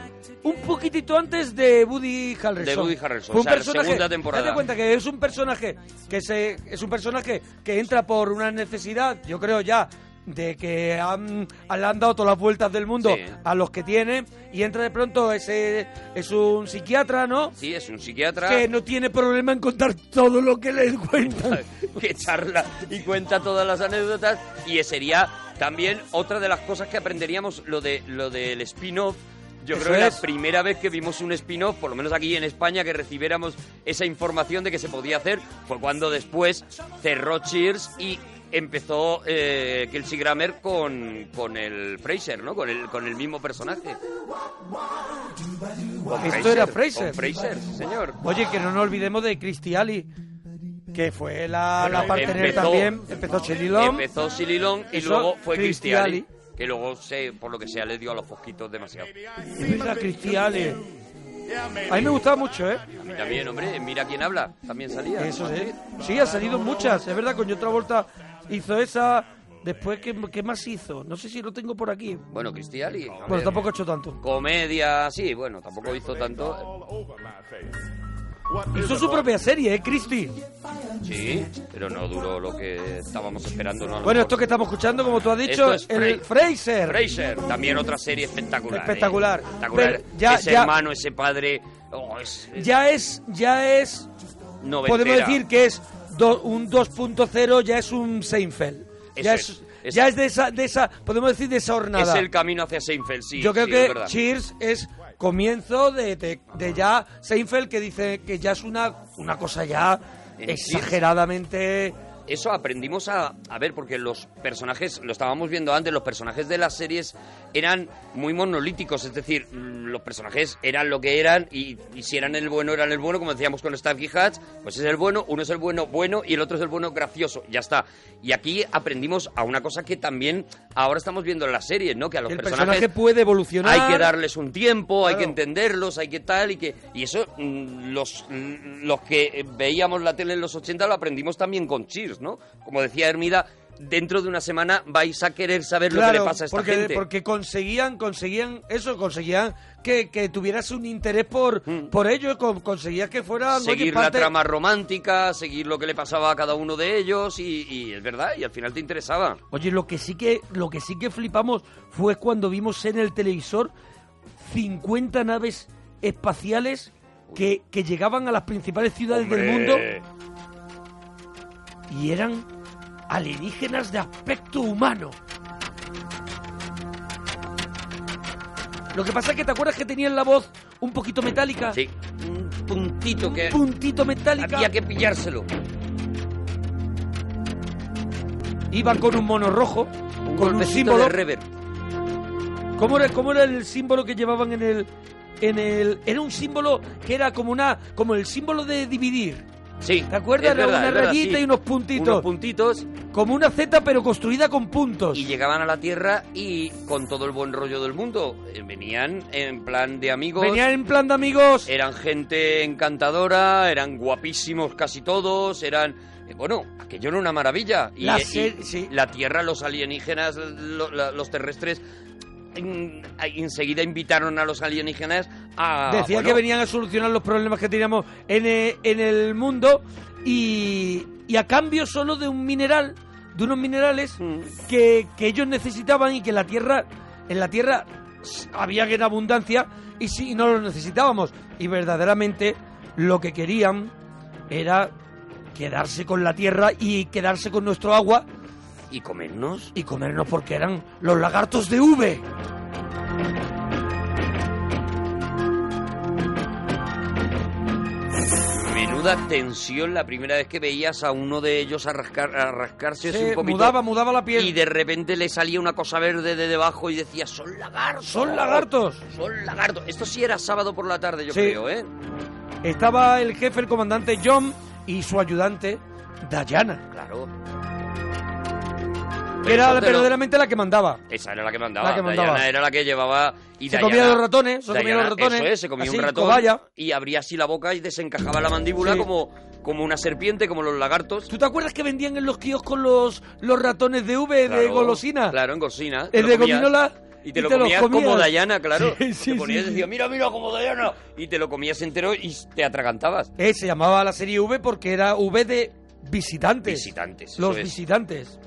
B: un poquitito antes de Woody Harrelson.
C: De Woody Harrelson,
B: Fue
C: o sea, la segunda temporada.
B: Date cuenta que es un personaje que se es un personaje que entra por una necesidad, yo creo ya de que han, le han dado todas las vueltas del mundo
C: Sí.
B: a los que tiene y entra de pronto ese es un psiquiatra, ¿no?
C: sí es un psiquiatra
B: Que no tiene problema en contar todo lo que le cuentan.
C: que charla y cuenta todas las anécdotas y sería también otra de las cosas que aprenderíamos lo de lo del spin-off yo
B: Eso
C: creo que
B: es.
C: la primera vez que vimos un spin-off, por lo menos aquí en España, que recibiéramos esa información de que se podía hacer, fue cuando después cerró Cheers y empezó eh, Kelsey Grammer con, con el Fraser, ¿no? Con el, con el mismo personaje. Con
B: Esto era Fraser.
C: Con Fraser, sí, señor.
B: Oye, que no nos olvidemos de Christy Ali, que fue la,
C: Bueno,
B: la partener
C: empezó-
B: también. Empezó Shelley Long.
C: Empezó Sililón y
B: Eso,
C: luego fue
B: Cristi
C: Cristiali. Que luego, se, por lo que sea, le dio a los fosquitos demasiado.
B: Mira, Cristiales. A mí me gustaba mucho, ¿eh?
C: A mí también, hombre, mira quién habla. También salía.
B: Eso sí. Sí, ha salido muchas. Es verdad, con otra vuelta hizo esa. Después, ¿qué, qué más hizo? No sé si lo tengo por aquí.
C: Bueno, Cristiali.
B: Bueno, tampoco he hecho tanto.
C: Comedia, sí, bueno, tampoco hizo tanto.
B: Hizo su propia serie, ¿eh, Cristi?
C: Sí, pero no duró lo que estábamos esperando. ¿no? A lo
B: Bueno,
C: mejor.
B: esto que estamos escuchando, como tú has dicho,
C: Esto es
B: el
C: Fra-
B: Fraser.
C: Fraser, también otra serie espectacular. ¿eh?
B: Espectacular.
C: Espectacular.
B: Pero ya-
C: ese
B: ya-
C: hermano, ese padre. oh, es, es
B: Ya es, ya es, podemos
C: noventera.
B: decir que es do- un 2.0, ya es un Seinfeld. Ya
C: Eso
B: es,
C: es, es-
B: ya es de esa, de esa, podemos decir de esa hornada.
C: Es el camino hacia Seinfeld, sí.
B: Yo creo
C: sí, es
B: que
C: verdad.
B: Cheers es comienzo de, de- de ya Seinfeld que dice que ya es una, una cosa ya
C: En Cheers.
B: exageradamente...
C: eso aprendimos a, a ver, porque los personajes, lo estábamos viendo antes, los personajes de las series eran muy monolíticos, es decir, mm, los personajes eran lo que eran y, y si eran el bueno, eran el bueno, como decíamos con Staffy Hatch, pues es el bueno, uno es el bueno bueno y el otro es el bueno gracioso, ya está. Y aquí aprendimos a una cosa que también ahora estamos viendo en las series, ¿no? Que a los
B: el
C: personajes
B: personaje puede evolucionar.
C: hay que darles un tiempo, hay que
B: Claro.
C: entenderlos, hay que tal y que y eso mm, los mm, los que eh, veíamos la tele en los 80 lo aprendimos también con Cheers, ¿no? Como decía Hermida, dentro de una semana vais a querer saber lo que le
B: Claro,
C: pasa a esta
B: porque,
C: gente.
B: porque conseguían, conseguían eso, conseguían que, que tuvieras un interés por, por ello, con- conseguías que fuera oye,
C: Mm. Seguir
B: parte-
C: la trama romántica, seguir lo que le pasaba a cada uno de ellos y, y es verdad, y al final te interesaba.
B: Oye, lo que sí que lo que sí que flipamos fue cuando vimos en el televisor 50 naves espaciales que, que llegaban a las principales ciudades del mundo
C: Hombre.
B: y eran alienígenas de aspecto humano. Lo que pasa es que te acuerdas que tenían la voz un poquito metálica,
C: Sí, un puntito que
B: puntito metálica,
C: había que pillárselo.
B: iban con un mono rojo,
C: Un
B: con un
C: golpecito
B: símbolo.
C: de rever.
B: ¿Cómo era, cómo era el símbolo que llevaban en el, en el, era un símbolo que era como una, como el símbolo de dividir,
C: Sí.
B: ¿Te acuerdas?
C: es
B: Era
C: verdad,
B: una
C: es verdad,
B: rayita
C: sí.
B: y unos puntitos.
C: Unos puntitos
B: como una Z pero construida con puntos.
C: y llegaban a la Tierra y con todo el buen rollo del mundo. eh, Venían en plan de amigos.
B: Venían en plan de amigos.
C: Eran gente encantadora, eran guapísimos casi todos, eran... eh, Bueno, aquello era una maravilla. Y,
B: La
C: eh,
B: se-
C: y
B: sí.
C: la Tierra, los alienígenas, lo- la- los terrestres, en- enseguida invitaron a los alienígenas a...
B: Decían
C: ah, bueno,
B: que venían a solucionar los problemas que teníamos en, eh, en el mundo y, y a cambio solo de un mineral, de unos minerales que, que ellos necesitaban y que en la tierra, en la tierra s- había que en abundancia y sí, y no los necesitábamos. Y verdaderamente lo que querían era quedarse con la tierra y quedarse con nuestro agua
C: Y comernos.
B: y comernos porque eran los lagartos de V.
C: Menuda tensión la primera vez que veías a uno de ellos a, rascar, a rascarse así
B: Se
C: un poquito.
B: mudaba, mudaba la piel.
C: Y de repente le salía una cosa verde de debajo y decía, son lagartos.
B: Son lagartos.
C: Son lagartos. Esto sí era sábado por la tarde, yo
B: Sí.
C: creo, ¿eh?
B: Estaba el jefe, el comandante John y su ayudante Dayana,
C: Claro.
B: que era
C: Pero te lo-
B: verdaderamente la que mandaba.
C: Esa era la que mandaba.
B: La que mandaba.
C: Diana era la que llevaba. Y
B: Se
C: Diana-
B: comía los ratones, se comía
C: Diana,
B: los ratones,
C: Eso es, se comía
B: así,
C: un ratón.
B: cobaya.
C: Y abría así la boca y desencajaba la mandíbula
B: Sí.
C: como, como una serpiente, como los lagartos.
B: ¿Tú te acuerdas que vendían en los kioscos los, los ratones de V de
C: Claro,
B: golosina?
C: Claro, en golosina. te
B: El
C: lo
B: de
C: comías.
B: gominola.
C: Y te lo comías como Dayana, claro.
B: Sí, sí,
C: te ponías
B: sí,
C: y decías,
B: sí.
C: mira, mira, como Dayana. Y te lo comías entero y te atragantabas.
B: Eh, se llamaba la serie V porque era V de visitantes.
C: Visitantes, eso
B: Los
C: es.
B: visitantes.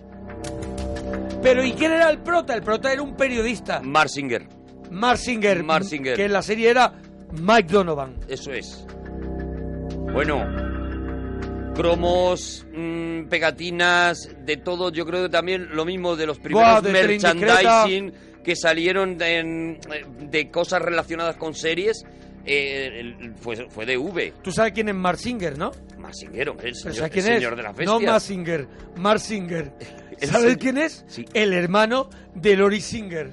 B: Pero ¿y quién era el prota? El prota era un periodista.
C: Marsinger,
B: Marsinger.
C: Marsinger.
B: Que en la serie era Mike Donovan.
C: eso es. Bueno, cromos, mm, pegatinas, de todo. Yo creo que también lo mismo de los primeros
B: Buah, de Tren
C: merchandising que salieron de, en- de cosas relacionadas con series. eh, el- fue, fue de V.
B: Tú sabes quién es Marsinger, ¿no?
C: Marsinger, hombre, el señor,
B: Pero ¿Sabes quién
C: el
B: es?
C: señor de las
B: no
C: bestias.
B: Massinger, Marsinger.
C: El
B: ¿Sabes
C: señor-
B: quién es?
C: Sí.
B: El hermano de Lori Singer.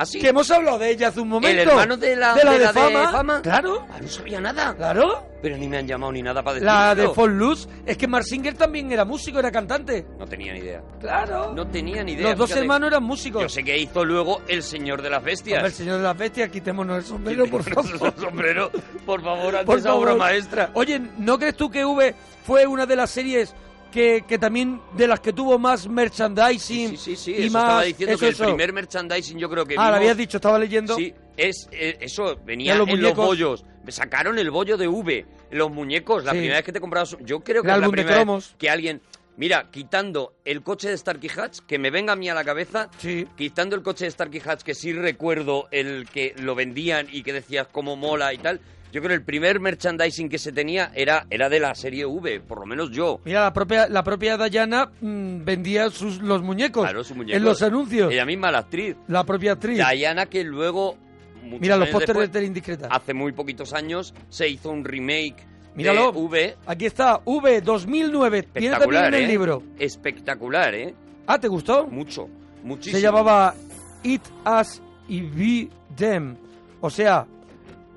C: ¿Ah, sí?
B: Que hemos hablado de ella hace un momento.
C: ¿El hermano de la
B: de, la
C: de
B: de
C: la de
B: fama.
C: fama?
B: Claro,
C: Ah, no sabía nada.
B: claro.
C: Pero ni me han llamado ni nada para decirlo.
B: La de Von Luz. Es que Marsinger también era músico, era cantante.
C: No tenía ni idea.
B: Claro.
C: No tenía ni idea.
B: Los dos
C: fíjate.
B: hermanos eran músicos.
C: Yo sé que hizo luego El Señor de las Bestias.
B: A ver, señor de las bestias, quitémonos el sombrero, por
C: Quitémonos
B: favor.
C: el sombrero, por favor, ante
B: Por
C: esa
B: favor.
C: obra maestra.
B: Oye, ¿no crees tú que V fue una de las series que, que también de las que tuvo más merchandising?
C: Sí, sí, sí.
B: y
C: eso
B: más,
C: estaba diciendo
B: eso,
C: que
B: eso.
C: el primer merchandising yo creo que
B: Ah, lo
C: vimos-
B: habías dicho, estaba leyendo.
C: Sí, es, eh, eso, venía
B: Ya los
C: en los
B: muñecos.
C: bollos. Sacaron el bollo de V, los muñecos, la
B: Sí.
C: primera vez que te comprabas... un- Yo creo
B: El
C: que es la
B: álbum de
C: primera vez
B: cromos.
C: que alguien... Mira, quitando el coche de Starkey Hatch, que me venga a mí a la cabeza,
B: Sí.
C: quitando el coche de Starkey Hatch, que sí recuerdo el que lo vendían y que decías cómo mola y tal, yo creo que el primer merchandising que se tenía era, era de la serie V, por lo menos yo.
B: Mira, la propia, la propia Dayana mm, vendía sus, los muñecos,
C: Claro, sus muñecos.
B: en los anuncios.
C: Ella misma, la actriz.
B: La propia actriz.
C: Diana, que luego... muchos
B: Mira, los pósteres
C: años
B: de
C: después, Ah.
B: Tele Indiscreta.
C: Hace muy poquitos años se hizo un remake
B: Míralo.
C: de V.
B: Aquí está, V 2009. Tiene también
C: Espectacular,
B: en el
C: ¿eh?
B: libro.
C: Espectacular, ¿eh?
B: Ah, ¿te gustó?
C: Mucho, muchísimo.
B: Se llamaba It Us y Be Them. O sea,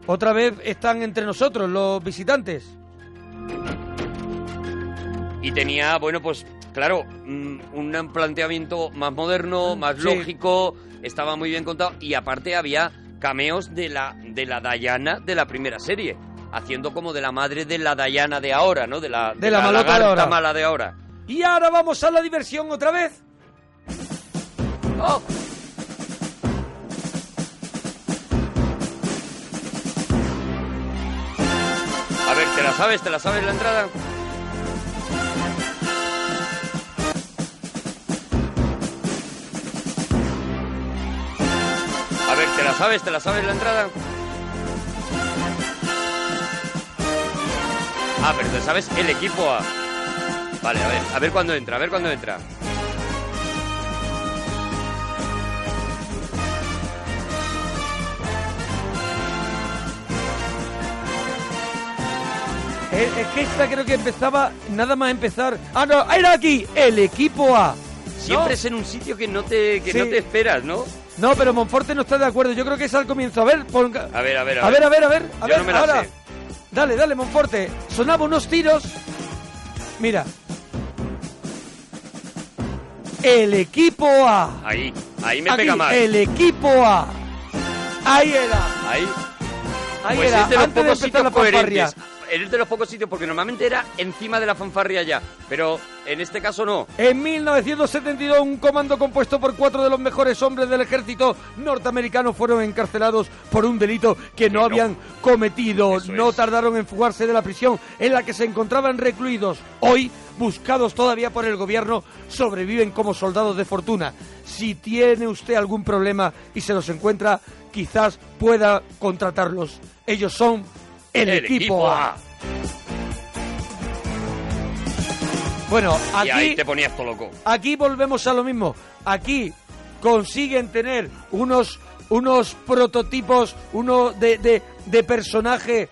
B: otra vez están entre nosotros los visitantes.
C: Y tenía, bueno, pues claro, mm, un planteamiento más moderno, más
B: sí.
C: lógico, estaba muy bien contado. Y aparte había cameos de la, de la Diana de la primera serie, haciendo como de la madre de la Diana de ahora, ¿no? De la,
B: De la malota de
C: lagarta
B: ahora.
C: mala de ahora.
B: Y ahora vamos a la diversión otra vez.
C: ¡Oh! A ver, ¿te la sabes? ¿Te la sabes la entrada? A ver, ¿te la la sabes? ¿Te la sabes la entrada? Ah, pero te sabes el equipo A. Vale, a ver, a ver cuándo entra, a ver cuándo entra.
B: Es, es que esta creo que empezaba nada más empezar. Ah, no, era aquí, el equipo A.
C: Siempre es en un sitio que no te, que
B: Sí.
C: no te esperas, ¿no?
B: No, pero Monforte no está de acuerdo. Yo creo que es al comienzo. A ver, ponga...
C: A ver, a ver, a
B: A
C: ver.
B: ver, a ver, a ver. a
C: Yo
B: ver,
C: no me la
B: ahora.
C: sé.
B: Dale, dale, Monforte. Sonaba unos tiros. Mira. El equipo A.
C: Ahí, ahí me
B: Aquí,
C: pega más.
B: El equipo A. Ahí era.
C: Ahí.
B: Ahí
C: pues
B: era.
C: es de los
B: Antes de
C: pocos
B: empezar
C: sitios
B: la fanfarria.
C: coherentes. Es de los pocos sitios porque normalmente era encima de la fanfarria ya. Pero en este caso no.
B: En 1972, un comando compuesto por cuatro de los mejores hombres del ejército norteamericano fueron encarcelados por un delito que no
C: no.
B: habían cometido.
C: Eso
B: no
C: es.
B: tardaron en fugarse de la prisión en la que se encontraban recluidos. Hoy, buscados todavía por el gobierno, sobreviven como soldados de fortuna. Si tiene usted algún problema y se los encuentra, quizás pueda contratarlos. Ellos son el, equipo, A.
C: ah.
B: Bueno,
C: Y
B: aquí...
C: ahí te ponías todo loco.
B: Aquí volvemos a lo mismo. Aquí consiguen tener unos, unos prototipos, uno de, de, de personaje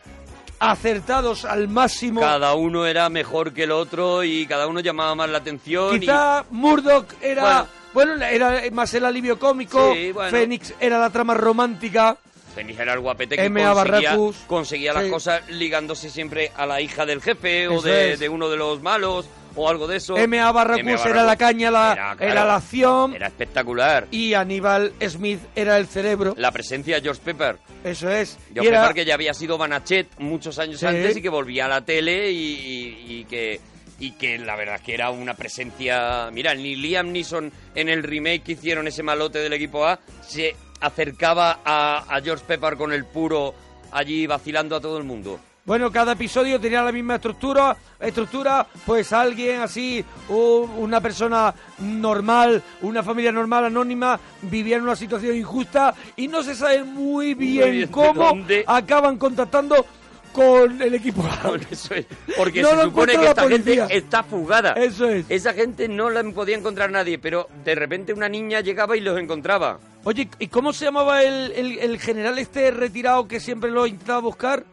B: acertados al máximo.
C: Cada uno era mejor que el otro y cada uno llamaba más la atención.
B: Quizá Murdoch era. Bueno, era más el alivio cómico.
C: Sí, bueno.
B: Fénix era la trama romántica.
C: Y Fenix era el guapete que
B: M.A.
C: conseguía,
B: Barracus.
C: conseguía las
B: Sí.
C: cosas ligándose siempre a la hija del jefe o
B: Eso
C: de,
B: es.
C: de uno de los malos o algo de eso.
B: M.A. Barracus era la caña, la- era la acción.
C: Era espectacular.
B: Y Aníbal Smith era el cerebro.
C: La presencia de George Pepper.
B: Eso es. Y
C: George
B: era-
C: Pepper que ya había sido Banachet muchos años
B: Sí.
C: antes y que volvía a la tele y, y- y que y que la verdad es que era una presencia... Mira, ni Liam Neeson en el remake que hicieron ese malote del equipo A se acercaba a, a George Pepper con el puro allí vacilando a todo el mundo.
B: Bueno, cada episodio tenía la misma estructura, estructura, pues alguien así, u- una persona normal, una familia normal, anónima, vivía en una situación injusta y no se sabe muy bien
C: bien de
B: cómo
C: dónde.
B: acaban contactando con el equipo.
C: Eso es, Porque
B: No
C: se
B: lo
C: supone
B: encuentra
C: que
B: la
C: esta gente
B: policía.
C: está fugada.
B: Eso es.
C: Esa gente no la podía encontrar nadie, pero de repente una niña llegaba y los encontraba.
B: Oye, ¿y cómo se llamaba el, el- el general este retirado que siempre lo intentaba buscar?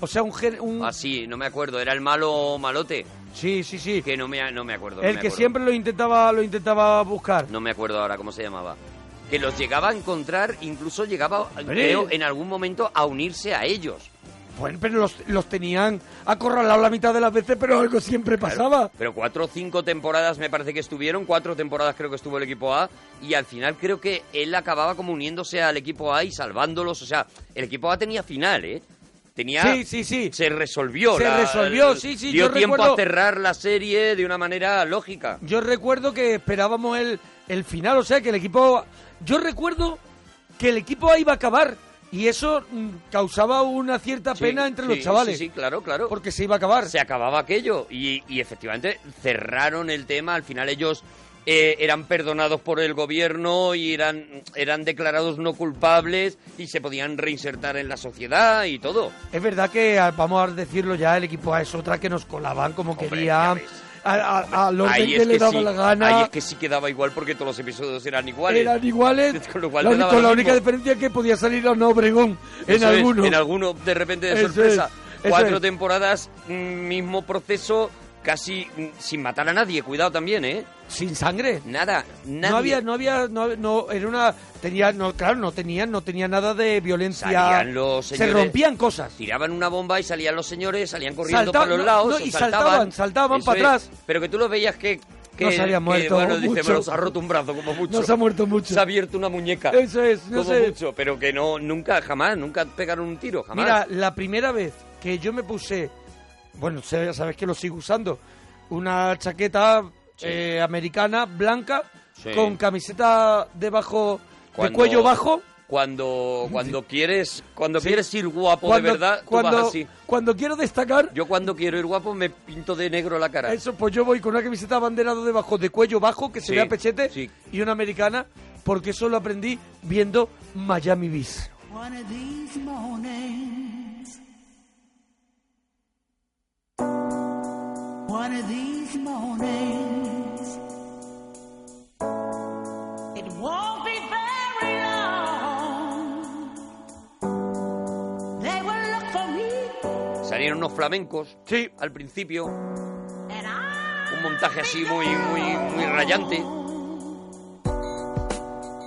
B: O sea, un... gen- un-
C: Así, no me acuerdo, era el malo malote.
B: sí, sí, sí.
C: Que no me, no me acuerdo. no
B: El
C: me
B: que
C: acuerdo.
B: siempre lo intentaba, lo intentaba buscar.
C: No me acuerdo ahora cómo se llamaba. Que los llegaba a encontrar, incluso llegaba, creo, en algún momento a unirse a ellos.
B: Bueno, pero los, los tenían acorralados la mitad de las veces, pero algo siempre pasaba.
C: Pero cuatro o cinco temporadas me parece que estuvieron, cuatro temporadas creo que estuvo el equipo A, y al final creo que él acababa como uniéndose al equipo A y salvándolos. O sea, el equipo A tenía final, ¿eh? Tenía...
B: Sí, sí, sí.
C: Se resolvió.
B: Se
C: la-
B: resolvió, sí, sí,
C: Dio
B: yo
C: tiempo
B: recuerdo-
C: a cerrar la serie de una manera lógica.
B: Yo recuerdo que esperábamos el, el final, o sea, que el equipo... Yo recuerdo que el equipo A iba a acabar y eso mm, causaba una cierta pena
C: Sí,
B: entre
C: sí,
B: los chavales.
C: Sí, sí, claro, claro.
B: Porque se iba a acabar.
C: se acababa aquello. Y, y efectivamente cerraron el tema. Al final ellos eh, eran perdonados por el gobierno y eran, eran declarados no culpables y se podían reinsertar en la sociedad y todo.
B: Es verdad que, ah, vamos a decirlo ya, el equipo A es otra que nos colaban como
C: Hombre, ya
B: querían,
C: ves.
B: a, a, a los
C: Ahí
B: que
C: es
B: le daba
C: sí,
B: la gana.
C: ahí es que sí quedaba igual porque todos los episodios eran iguales.
B: Eran iguales,
C: Con lo cual
B: la,
C: te
B: uni-
C: daba
B: con
C: lo
B: la única
C: mismo.
B: diferencia es que podía salir a un Obregón en
C: Eso es,
B: alguno.
C: En alguno, de repente, de
B: Eso
C: sorpresa.
B: es, eso
C: Cuatro
B: es.
C: temporadas, mm, mismo proceso, casi mm, sin matar a nadie. Cuidado también, ¿eh?
B: Sin sangre.
C: Nada, nadie.
B: No había, no había, no, no, era una, tenía, no, claro, no tenían, no tenía nada de violencia.
C: Salían los
B: Se
C: señores.
B: rompían cosas.
C: Tiraban una bomba y salían los señores, salían corriendo
B: Saltaban,
C: para los
B: no,
C: lados.
B: no,
C: o
B: y
C: saltaban,
B: saltaban, saltaban
C: Eso
B: para
C: es.
B: atrás.
C: Pero que tú los veías que. que
B: No se había
C: que,
B: muerto
C: bueno, dice,
B: mucho.
C: "Me los ha roto un brazo, como mucho.
B: No se ha muerto mucho.
C: Se ha abierto una muñeca.
B: Eso es, no
C: como
B: sé.
C: mucho. Pero que no, nunca, jamás, nunca pegaron un tiro, jamás.
B: Mira, la primera vez que yo me puse, bueno, se- ya sabes que lo sigo usando, una chaqueta
C: Sí.
B: eh, americana blanca
C: Sí.
B: con camiseta debajo, de
C: Cuando-
B: cuello bajo.
C: Cuando, cuando quieres cuando quieres ir guapo de verdad, tú vas
B: cuando,
C: así.
B: cuando quiero destacar,
C: Yo cuando quiero ir guapo me pinto de negro la cara.
B: eso pues yo voy con una camiseta abanderado debajo, de cuello bajo, que se
C: Sí,
B: vea pechete,
C: sí.
B: y una americana, porque eso lo aprendí viendo Miami Vice.
D: One of these mornings. One of these mornings. It won't be very long. They will look for me,
C: Salieron unos flamencos
B: Sí,
C: al principio, un
D: and I.
C: montaje así muy muy muy rayante.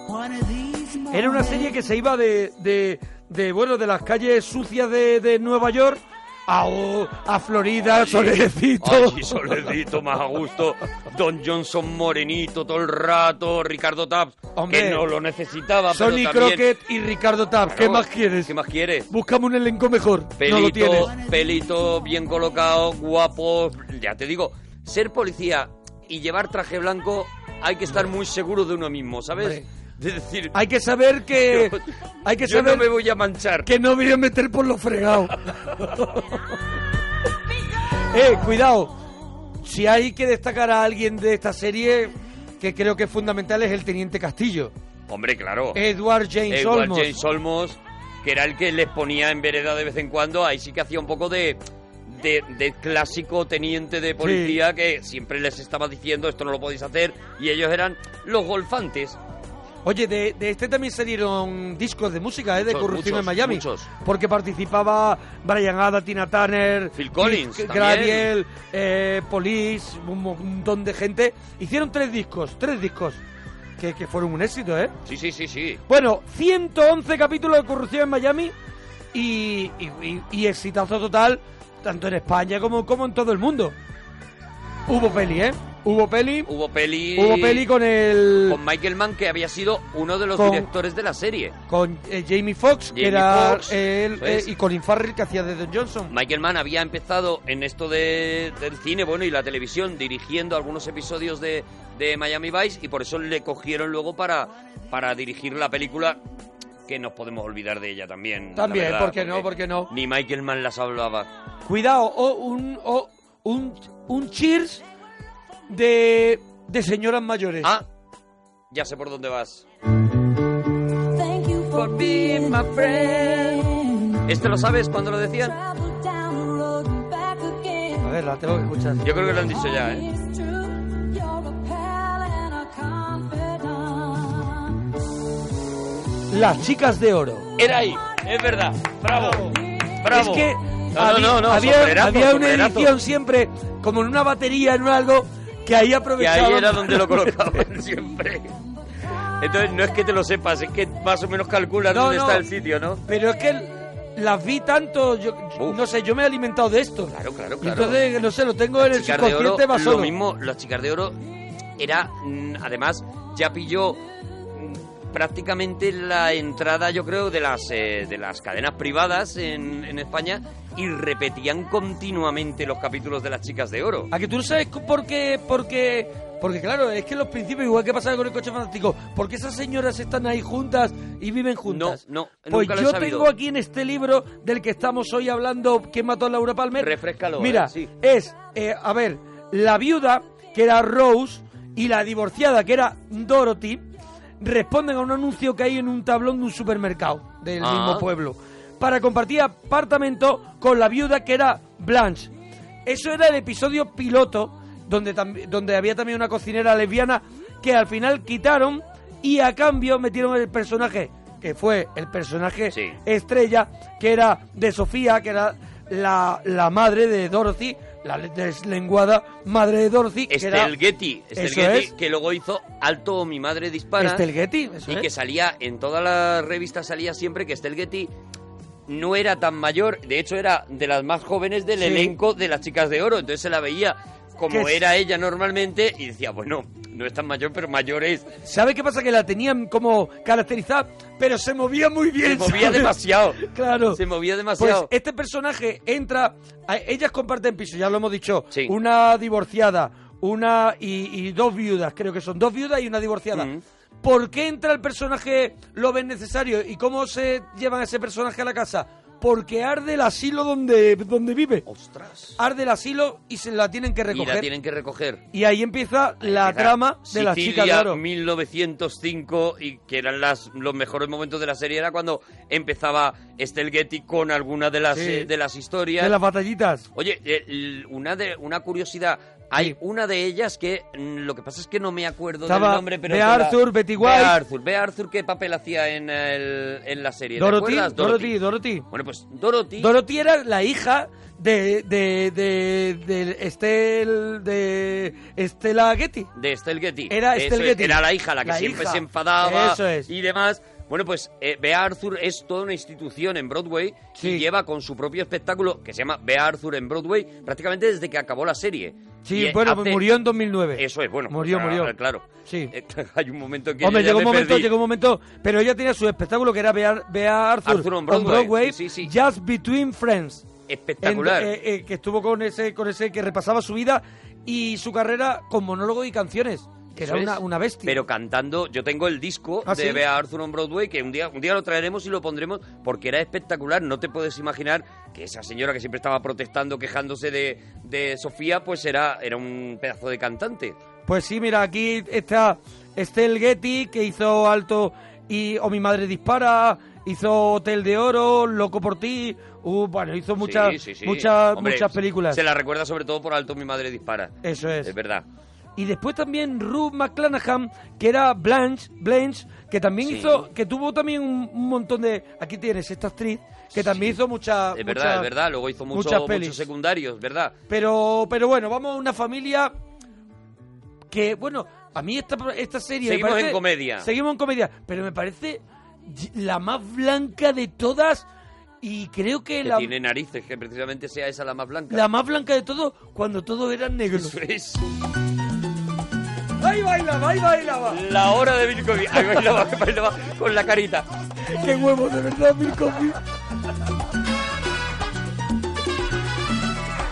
D: One of these mornings.
B: Era una serie que se iba de, de, de, bueno, de las calles sucias de, de Nueva York a, a Florida, solecito.
C: Ay, soledito, más a gusto. Don Johnson morenito todo el rato, Ricardo Taps,
B: Hombre,
C: que no lo necesitaba, pero
B: Sonny
C: también-
B: Crockett y Ricardo Taff. ¿Qué
C: Claro,
B: más quieres?
C: ¿Qué más quieres?
B: Buscame un elenco mejor.
C: Pelito,
B: No lo tienes.
C: pelito bien colocado, guapo. Ya te digo, ser policía y llevar traje blanco hay que estar muy seguro de uno mismo, ¿sabes?
B: Hombre.
C: Es decir,
B: Hay que saber que.
C: Yo-
B: hay que
C: yo
B: saber
C: no me voy a manchar.
B: que no me voy a meter por los fregados. eh, cuidado. Si hay que destacar a alguien de esta serie, que creo que es fundamental, es el Teniente Castillo.
C: Hombre, claro.
B: Edward James
C: Edward
B: Olmos.
C: James Olmos, que era el que les ponía en vereda de vez en cuando, ahí sí que hacía un poco de, de, de clásico teniente de policía que siempre les estaba diciendo esto no lo podéis hacer y ellos eran los golfantes.
B: Oye, de, de este también salieron discos de música, ¿eh? De
C: Muchos,
B: Corrupción en
C: muchos,
B: Miami.
C: muchos.
B: Porque participaba Brian Ada, Tina Turner,
C: Phil Collins
B: Keith
C: también.
B: Gradiel, eh, Police, un montón de gente. Hicieron tres discos, tres discos, que, que fueron un éxito, ¿eh?
C: Sí, sí, sí, sí.
B: Bueno, 111 capítulos de Corrupción en Miami y, y, y- y exitazo total, tanto en España como, como en todo el mundo. Hubo peli, ¿eh? Hubo peli.
C: Hubo peli,
B: Hubo peli con el...
C: con Michael Mann, que había sido uno de los
B: Con-
C: directores de la serie.
B: con eh, Jamie Foxx, que
C: Jamie
B: era
C: Foxx,
B: él,
C: eso
B: eh,
C: es.
B: y Colin Farrell, que hacía de Don Johnson.
C: Michael Mann había empezado en esto de- del cine, bueno, y la televisión, dirigiendo algunos episodios de, de Miami Vice, y por eso le cogieron luego para, para dirigir la película, que nos podemos olvidar de ella también. la
B: También,
C: verdad, eh.
B: ¿por qué no? ¿Por qué no?
C: Ni Michael Mann las hablaba.
B: Cuidado, o un, o un, un cheers de, de señoras mayores.
C: Ah, ya sé por dónde vas.
E: Thank you for being my friend.
C: ¿Este lo sabes cuando lo decían?
E: Travel down the road and back
B: A
E: again.
B: ver, la tengo que escuchar.
C: Yo creo que lo han dicho ya, ¿eh?
E: It's true, you're a pal and a confidant.
B: Las chicas de oro.
C: Era ahí, es verdad. Bravo, bravo.
B: Es que
C: No,
B: había,
C: no, no, no,
B: había,
C: sombrerazo,
B: había una
C: sombrerazo.
B: edición siempre, como en una batería, en un algo, que ahí
C: Que
B: aprovechaban.
C: ahí era donde lo colocaban siempre. Entonces no es que te lo sepas, es que más o menos calculas
B: No,
C: dónde
B: no.
C: está el sitio, ¿no?
B: Pero es que las vi tanto, yo, yo-
C: Uf.
B: no sé, yo me he alimentado de esto.
C: Claro, claro,
B: Y
C: claro.
B: Entonces, no sé, lo tengo en el
C: Chicas de Oro,
B: subconsciente, va
C: lo
B: solo.
C: mismo, las chicas de oro era, mm, además, ya pilló mm, prácticamente la entrada, yo creo, de las eh, de las cadenas privadas en, en España y repetían continuamente los capítulos de las chicas de oro.
B: A que tú no sabes cu- por qué, porque, porque claro, es que los principios, igual que pasaba con el coche fantástico, porque esas señoras están ahí juntas y viven juntas.
C: No, no,
B: Pues
C: nunca lo he
B: yo
C: sabido.
B: tengo aquí en este libro del que estamos hoy hablando, ¿Quién mató a Laura Palmer?
C: Refréscalo,
B: Mira,
C: eh, sí.
B: es, eh, a ver, la viuda, que era Rose, y la divorciada, que era Dorothy, responden a un anuncio que hay en un tablón de un supermercado del
C: Ah.
B: mismo pueblo, para compartir apartamento con la viuda, que era Blanche. Eso era el episodio piloto, donde, tam- donde había también una cocinera lesbiana, que al final quitaron y a cambio metieron el personaje, que fue el personaje
C: Sí.
B: estrella, que era de Sofía, que era la, la madre de Dorothy, la le- deslenguada madre de Dorothy, que era
C: Estel Getty, Estel
B: Eso
C: Getty,
B: es.
C: que luego hizo Alto o mi madre dispara.
B: Estel Getty, eso
C: y
B: es.
C: que salía en todas las revistas salía siempre que Estel Getty no era tan mayor, de hecho era de las más jóvenes del
B: Sí.
C: elenco de las chicas de oro, entonces se la veía como
B: Que es-
C: era ella normalmente y decía, bueno, no es tan mayor, pero mayor es.
B: ¿Sabe qué pasa? Que la tenían como caracterizada, pero se movía muy
C: Se
B: bien.
C: movía
B: ¿sabes?
C: demasiado.
B: Claro.
C: Se movía
B: Pues
C: demasiado.
B: este personaje entra. a- ellas comparten piso, ya lo hemos dicho.
C: Sí.
B: Una divorciada, una. Y, y dos viudas, creo que son dos viudas y una divorciada.
C: Mm.
B: ¿Por qué entra el personaje, lo ven necesario? ¿Y cómo se llevan a ese personaje a la casa? Porque arde el asilo donde, donde vive.
C: ¡Ostras!
B: Arde el asilo y se la tienen que
C: Y
B: recoger.
C: la tienen que recoger.
B: Y ahí empieza la
C: Empieza
B: trama de la chica de
C: Sicilia,
B: oro.
C: 1905 y que eran las, los mejores momentos de la serie era cuando empezaba Estel Getty con alguna de las
B: Sí.
C: eh, de las historias.
B: De las batallitas.
C: Oye, eh, l- una de una curiosidad, hay una de ellas que mm, lo que pasa es que no me acuerdo
B: Estaba
C: del nombre, pero
B: Bea
C: te la-
B: Arthur, Betty
C: Bea
B: White.
C: Arthur, Bea Arthur qué papel hacía en, el- en la serie, ¿te
B: Dorothy,
C: acuerdas?
B: Dorothy, Dorothy.
C: Bueno, pues Dorothy,
B: Dorothy era la hija de de de de Estel de Estela Getty.
C: de Estel Getty.
B: Era
C: Eso
B: Estelle
C: es,
B: Getty.
C: Era la hija, la que
B: La
C: siempre
B: hija.
C: se enfadaba
B: Eso es.
C: y demás. Bueno, pues eh, Bea Arthur es toda una institución en Broadway y
B: Sí.
C: lleva con su propio espectáculo que se llama Bea Arthur en Broadway prácticamente desde que acabó la serie.
B: Sí,
C: Y, eh,
B: bueno, pues
C: hace-
B: murió en 2009.
C: Eso es, bueno.
B: Murió,
C: o sea,
B: murió.
C: Claro.
B: Sí.
C: Eh, Hay un momento en que.
B: Hombre,
C: yo ya
B: llegó un
C: me
B: momento,
C: perdí.
B: llegó un momento, pero ella tenía su espectáculo que era Bea, Bea Arthur,
C: Arthur on
B: on
C: Broadway.
B: Broadway,
C: Sí, sí, sí.
B: Just Between Friends.
C: Espectacular.
B: En- eh, eh, que estuvo con ese, con ese que repasaba su vida y su carrera con monólogos y canciones. Que
C: Eso
B: era una,
C: es.
B: una bestia.
C: Pero cantando, yo tengo el disco
B: ¿Ah,
C: de
B: sí?
C: Bea Arthur on Broadway, que un día, un día lo traeremos y lo pondremos porque era espectacular. No te puedes imaginar que esa señora que siempre estaba protestando, quejándose de, de Sofía, pues era, era un pedazo de cantante.
B: Pues sí, mira, aquí está Estel Getty, que hizo Alto y O Mi Madre Dispara, hizo Hotel de Oro, Loco por Ti, uh, bueno, hizo muchas,
C: Sí, sí, sí.
B: muchas,
C: Hombre,
B: muchas películas.
C: Se la recuerda sobre todo por Alto Mi Madre Dispara.
B: Eso es.
C: Es verdad.
B: Y después también Ruth McClanahan, que era Blanche, Blanche que también
C: Sí.
B: hizo, que tuvo también un, un montón de... Aquí tienes esta actriz, que también hizo muchas...
C: Es verdad,
B: muchas-
C: es verdad. Luego hizo mucho-
B: muchas pelis.
C: muchos secundarios, ¿verdad?
B: Pero, pero bueno, vamos a una familia que, bueno, a mí esta, esta serie... me
C: Seguimos
B: parece-
C: en comedia.
B: Seguimos en comedia, pero me parece y- la más blanca de todas y creo que,
C: Que
B: la,
C: tiene narices, que precisamente sea esa la más blanca.
B: la más blanca de todos cuando todos eran negros.
C: Eso es.
B: ¡Ahí bailaba, ahí bailaba!
C: La hora de Bill Cosby. Ahí bailaba, bailaba con la carita.
B: ¡Qué huevo, de verdad, Bill Cosby!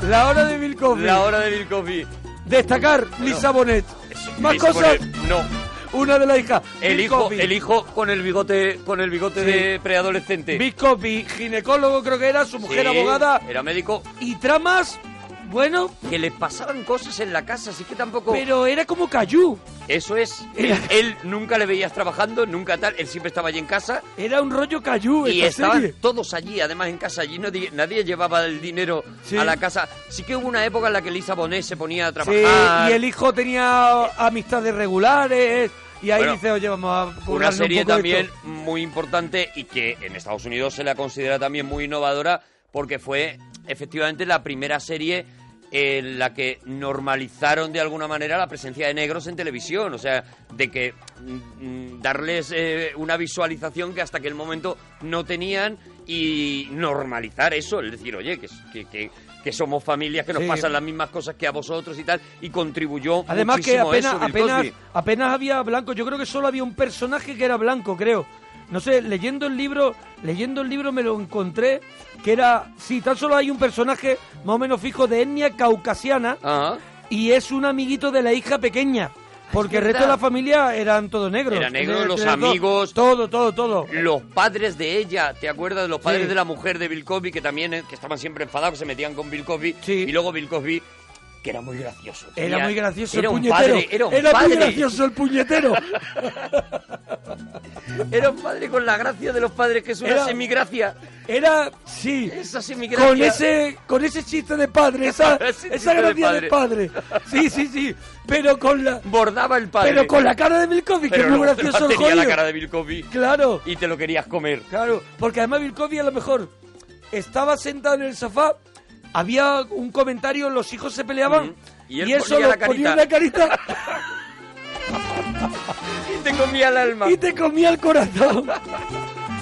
B: La hora de Bill Cosby.
C: La hora de Bill Cosby.
B: Destacar Lisa Bonet. Más
C: Luis
B: cosas.
C: Bonet, No.
B: Una de las hijas.
C: El
B: Bill
C: hijo,
B: Cosby.
C: el hijo con el bigote, con el bigote
B: Sí.
C: de preadolescente.
B: Bill Cosby, ginecólogo creo que era, su mujer
C: Sí,
B: abogada.
C: Era médico.
B: Y tramas, bueno,
C: Que le pasaban cosas en la casa, así que tampoco.
B: pero era como Cayú.
C: Eso es.
B: Era-
C: Él nunca le veías trabajando, nunca tal. Él siempre estaba allí en casa.
B: Era un rollo Cayú
C: Y
B: esta
C: estaban
B: serie.
C: todos allí, además en casa. Allí nadie, nadie llevaba el dinero
B: Sí.
C: a la casa. Sí que hubo una época en la que Lisa Bonet se ponía a
B: Sí,
C: trabajar.
B: y el hijo tenía amistades regulares. Y ahí
C: Bueno,
B: dice, oye, vamos a
C: Una
B: currarle
C: serie
B: un poco
C: también
B: esto.
C: muy importante y que en Estados Unidos se la considera también muy innovadora porque fue efectivamente la primera serie en la que normalizaron de alguna manera la presencia de negros en televisión, o sea, de que mm, mm, darles eh, una visualización que hasta aquel momento no tenían y normalizar eso, es decir, oye, que, que- que- que somos familias, que nos
B: Sí.
C: pasan las mismas cosas que a vosotros y tal, y contribuyó
B: Además que
C: muchísimo
B: apenas,
C: eso Bill
B: apenas,
C: Cosby.
B: apenas había blanco. Yo creo que solo había un personaje que era blanco, creo. No sé, leyendo el libro, leyendo el libro me lo encontré que era, sí, tan solo hay un personaje más o menos fijo de etnia caucasiana
C: Ajá.
B: y es un amiguito de la hija pequeña, porque el
C: verdad.
B: resto de la familia eran todos negros.
C: Era negro,
B: Entonces,
C: los
B: eran todos-
C: amigos.
B: Todo, todo, todo.
C: los padres de ella, ¿te acuerdas? de Los padres
B: Sí.
C: de la mujer de Bill Cosby, que también eh, que estaban siempre enfadados, se metían con Bill Cosby.
B: Sí.
C: Y luego Bill Cosby, que era muy gracioso.
B: Era
C: tenía-
B: muy gracioso
C: era
B: el
C: un
B: puñetero.
C: padre, era un
B: muy
C: padre.
B: gracioso el puñetero.
C: Era un padre con la gracia de los padres, que es una
B: Era-
C: semigracia.
B: Era, sí.
C: Esa semigracia.
B: Con ese, con ese chiste de padre, esa,
C: Ese chiste
B: esa
C: de
B: gracia de
C: padre.
B: padre. Sí, sí, sí. Pero con la,
C: Bordaba el padre.
B: pero con la cara de Bill Cosby, que
C: Pero
B: es muy
C: no,
B: gracioso el
C: tenía la
B: jolio.
C: cara de Bill Cosby
B: Claro,
C: y te lo querías comer.
B: claro. Porque además Bill Cosby a lo mejor estaba sentado en el sofá, había un comentario, los hijos se peleaban
C: Ujú. Y él ponía
B: solo
C: la
B: ponía
C: carita.
B: una carita
C: Y te comía el alma.
B: y te comía el corazón.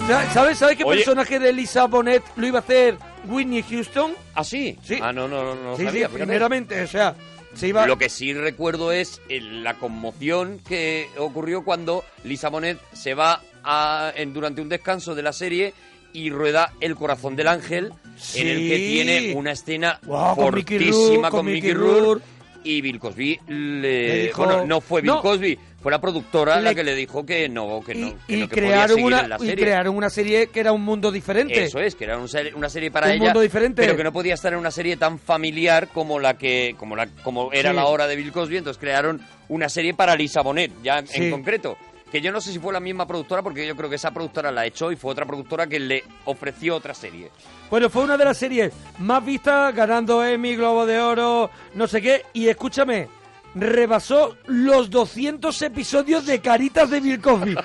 B: Sa- ¿Sabes, ¿Sabes qué
C: Oye.
B: personaje de Lisa Bonet lo iba a hacer Whitney Houston?
C: ¿Ah, sí?
B: Sí.
C: Ah, no, no, no, no
B: sí,
C: sabía,
B: sí,
C: fíjate.
B: primeramente, o sea, se iba...
C: Lo que sí recuerdo es el- la conmoción que ocurrió cuando Lisa Bonet se va a- en- durante un descanso de la serie y rueda El corazón del ángel, en el que
B: Sí.
C: tiene una escena
B: Guau, con Mickey
C: fortísima
B: Rourke, con
C: con Mickey
B: Mickey
C: Rourke,
B: Rourke.
C: y Bill Cosby le,
B: Le dijo-
C: bueno, no fue Bill
B: No.
C: Cosby, fue la productora la
B: Le-
C: que le dijo que no, que no, que
B: y,
C: no, que podía
B: crearon
C: seguir
B: una,
C: en la
B: y
C: serie.
B: crearon una serie que era un mundo diferente.
C: Eso es, que era un ser- una serie para
B: Un
C: ella,
B: mundo diferente.
C: pero que no podía estar en una serie tan familiar como la que como la como era
B: Sí.
C: la hora de Bill Cosby, entonces crearon una serie para Lisa Bonet, ya
B: Sí.
C: en concreto, que yo no sé si fue la misma productora porque yo creo que esa productora la echó y fue otra productora que le ofreció otra serie.
B: Bueno, fue una de las series más vistas, ganando Emmy, Globo de Oro, no sé qué. Y escúchame, rebasó los 200 episodios de Caritas de Bill Cosby.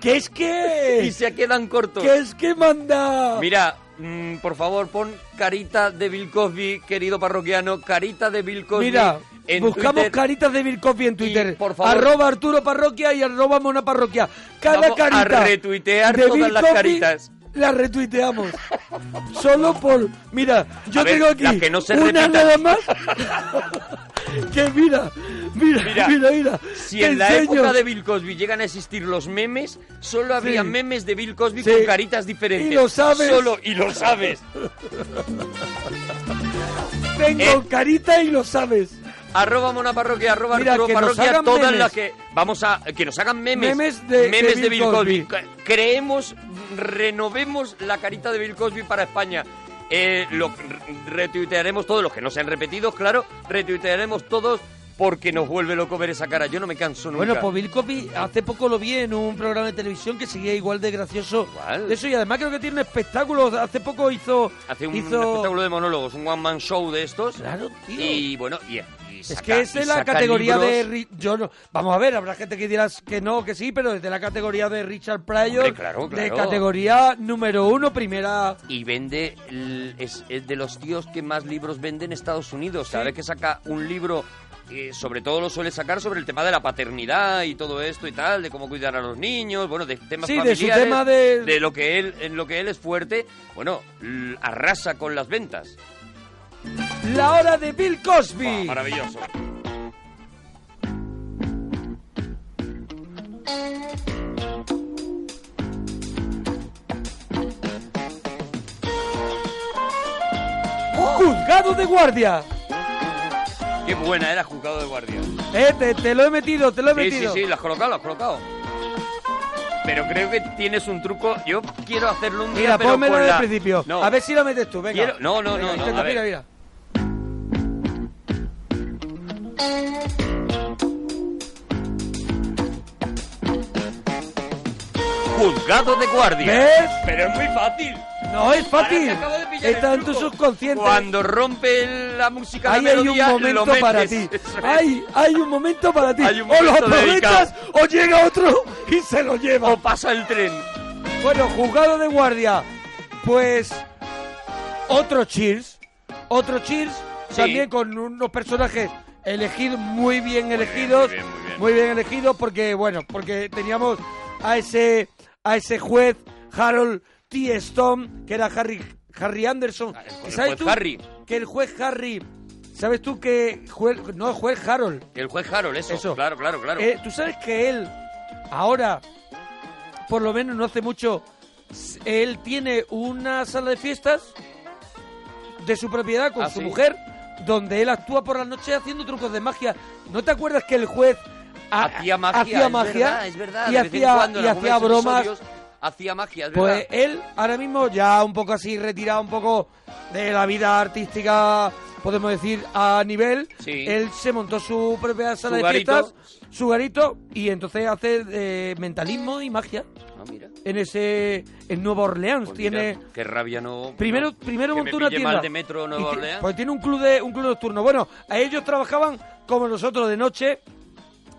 B: que es
C: Y
B: que...
C: se quedan cortos.
B: que es que manda...
C: Mira, mm, por favor, pon carita de Bill Cosby, querido parroquiano, carita de Bill Cosby.
B: Mira,
C: en
B: buscamos
C: Twitter.
B: caritas de Bill Cosby en Twitter.
C: por favor-
B: Arroba Arturo Parroquia y arroba Mona Parroquia. Cada
C: Vamos a
B: carita.
C: retuitear todas las caritas.
B: Las retuiteamos. Solo por. Mira, yo
C: A ver,
B: tengo aquí
C: las que no se
B: una
C: repitan.
B: nada más. que mira, mira, mira,
C: Mira,
B: mira.
C: Si
B: te
C: en la
B: enseño.
C: época de Bill Cosby llegan a existir los memes, solo habría
B: Sí.
C: memes de Bill Cosby
B: Sí.
C: con caritas diferentes.
B: Y lo sabes.
C: Solo, y lo sabes.
B: Tengo
C: Eh.
B: carita y lo sabes.
C: arroba monaparroquia, arroba
B: Mira,
C: Arturo
B: que nos
C: Parroquia,
B: hagan
C: todas
B: memes.
C: las que... Vamos a... Que nos hagan memes.
B: Memes de-
C: Memes
B: de
C: de,
B: Bill
C: Bill
B: Cosby.
C: Cosby. Ca- Creemos, renovemos la carita de Bill Cosby para España. Eh, lo re- retuitearemos todos, los que no se han repetido, claro, retuitearemos todos porque nos vuelve loco ver esa cara. Yo no me canso nunca.
B: Bueno, pues Bill Cosby hace poco lo vi en un programa de televisión que seguía igual de gracioso.
C: Igual.
B: De eso y además creo que tiene un espectáculo. Hace poco hizo
C: Hace un
B: hizo-
C: espectáculo de monólogos, un one man show de estos.
B: Claro, tío.
C: Y bueno, y, y
B: Es
C: saca-
B: que es
C: y
B: de la
C: saca
B: categoría de...
C: libros.
B: Ri- Yo no... Vamos a ver, habrá gente que dirás que no, que sí, pero es de la categoría de Richard Pryor.
C: Hombre, claro,
B: De
C: claro.
B: categoría número uno, primera...
C: Y vende, el- es, es de los tíos que más libros vende en Estados Unidos. Cada vez que saca un libro, eh, sobre todo lo suele sacar sobre el tema de la paternidad y todo esto y tal, de cómo cuidar a los niños, bueno, de temas
B: Sí, de su
C: familiares,
B: tema de-
C: de lo que él, en lo que él es fuerte. Bueno, l- arrasa con las ventas.
B: La hora de Bill Cosby.
C: Buah, maravilloso.
B: Juzgado de guardia.
C: Qué buena era juzgado de guardia.
B: Eh, te, te lo he metido, te lo he
C: Sí, sí,
B: metido.
C: sí, lo has colocado, lo has colocado. Pero creo que tienes un truco. Yo quiero hacerlo un día,
B: Mira,
C: pero
B: pónmelo
C: con
B: desde
C: la-
B: el principio.
C: No.
B: A ver si lo metes tú, venga.
C: Quiero- no, no,
B: Venga,
C: no, no,
B: intenta,
C: a ver.
B: mira, mira.
C: Juzgado de guardia.
B: ¿Ves?
C: Pero es muy fácil.
B: No, es fácil.
C: Ahora te acabo de pillar el
B: Está en tu
C: truco.
B: subconsciente.
C: Cuando rompe la música
B: Ahí
C: la
B: hay un
C: melodía, lo
B: momento
C: metes.
B: para ti.
C: Eso es.
B: Ahí hay un momento para ti.
C: Hay un
B: O lo
C: momento
B: aprovechas o llega otro y se lo lleva.
C: O pasa el tren.
B: Bueno, juzgado de guardia. Pues otro Cheers. Otro Cheers
C: Sí.
B: también con unos personajes elegidos muy bien elegidos.
C: bien, muy bien.
B: elegidos porque bueno, porque teníamos a ese a ese juez Harold T. Stone, que era Harry Harry Anderson.
C: Ah, el
B: ¿Y
C: juez Harry.
B: que el juez Harry ¿Sabes tú que juez, no juez Harold?
C: El juez Harold, eso.
B: Eso.
C: Claro, claro, claro.
B: Eh, Tú sabes que él, ahora, por lo menos no hace mucho, s- él tiene una sala de fiestas de su propiedad con
C: Ah,
B: su
C: ¿sí?
B: mujer, donde él actúa por la noche haciendo trucos de magia. ¿no te acuerdas que el juez ha-
C: hacía magia.
B: hacía
C: es
B: magia
C: verdad, es verdad.
B: y
C: De vez en
B: hacía,
C: cuando, en
B: y
C: algunos
B: hacía bromas?
C: episodios, Hacía magia, es
B: Pues
C: verdad.
B: él ahora mismo ya un poco así retirado un poco de la vida artística, podemos decir, a nivel.
C: Sí.
B: Él se montó su propia sala
C: Su
B: de
C: garito.
B: fiestas, su garito, y entonces hace eh, mentalismo y magia
C: Ah, mira.
B: en ese en Nueva Orleans.
C: Pues mira,
B: tiene
C: qué rabia no.
B: primero
C: no-
B: primero
C: que me
B: montó una
C: pille
B: tienda.
C: mal de metro Nueva
B: Y ti-
C: Orleans.
B: Pues tiene un club de un club nocturno. Bueno, a ellos trabajaban como nosotros de noche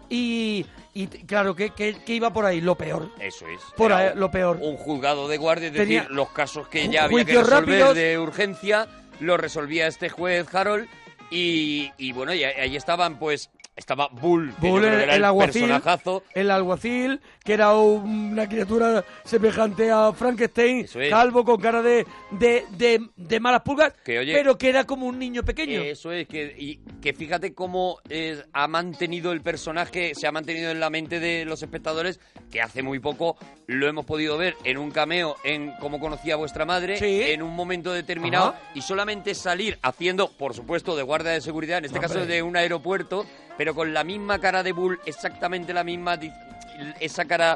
B: y, y t- claro que, que que iba por ahí lo peor.
C: Eso es.
B: Por
C: Era
B: ahí,
C: un-
B: lo peor.
C: Un juzgado de guardia, es
B: Tenía
C: decir, los casos que
B: ju-
C: ya había que
B: juicios
C: resolver
B: rápidos.
C: de urgencia, lo resolvía este juez Harold. Y, y bueno, y ahí ahí estaban, pues, Estaba Bull, que yo
B: Bull,
C: creo
B: el,
C: que era
B: el aguacil,
C: personajazo.
B: el alguacil, que era una criatura semejante a Frankenstein,
C: Eso es.
B: calvo con cara de, de, de- de malas pulgas,
C: Que, oye,
B: pero que era como un niño pequeño.
C: Eso es, que, y, que fíjate cómo eh, ha mantenido el personaje, se ha mantenido en la mente de los espectadores, que hace muy poco lo hemos podido ver en un cameo en Cómo conocía a vuestra madre,
B: Sí.
C: en un momento determinado,
B: Ajá.
C: y solamente salir haciendo, por supuesto, de guardia de seguridad, en este caso
B: Hombre.
C: de un aeropuerto, pero con la misma cara de Bull, exactamente la misma, di- esa cara,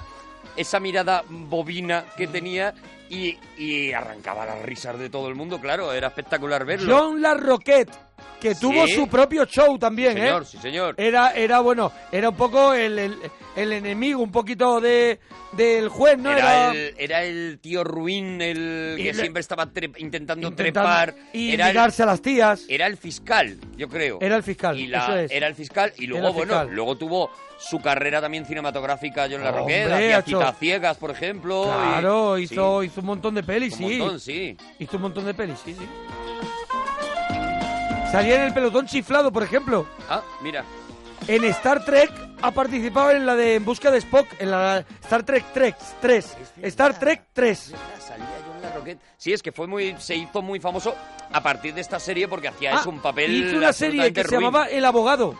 C: esa mirada bobina
B: Mm.
C: que tenía. Y, y arrancaba las risas de todo el mundo, claro, era espectacular verlo.
B: John Larroquette, que
C: Sí.
B: tuvo su propio show también,
C: señor,
B: ¿eh?
C: sí, señor.
B: Era, era, bueno, era un poco el, el- el enemigo, un poquito de, del juez, ¿no?
C: era, el, era el tío ruin, el
B: Y
C: que
B: le-
C: siempre estaba trep- intentando,
B: intentando
C: trepar.
B: y
C: era, el,
B: ligarse a las tías.
C: era el fiscal, yo creo.
B: Era el fiscal,
C: Y la-
B: eso es.
C: Era el fiscal. Y
B: Era
C: luego,
B: el
C: bueno,
B: fiscal.
C: luego tuvo su carrera también cinematográfica John La
B: Hombre,
C: Roqueda.
B: ha
C: Hacía
B: hecho-
C: Citaciegas, por ejemplo. y-
B: Claro,
C: sí,
B: hizo, hizo un montón de pelis,
C: un
B: sí.
C: montón, sí.
B: Hizo un montón de pelis, sí, sí. Salía en el pelotón chiflado, por ejemplo.
C: Ah, mira.
B: En Star Trek ha participado en la de En busca de Spock, en la Star Trek 3. 3 Star Trek 3.
C: Ya salía John La Roquette. Sí, es que fue muy, se hizo muy famoso a partir de esta serie porque hacía
B: Ah,
C: eso un papel.
B: Hizo una serie que
C: absolutamente
B: se
C: ruin.
B: llamaba El Abogado,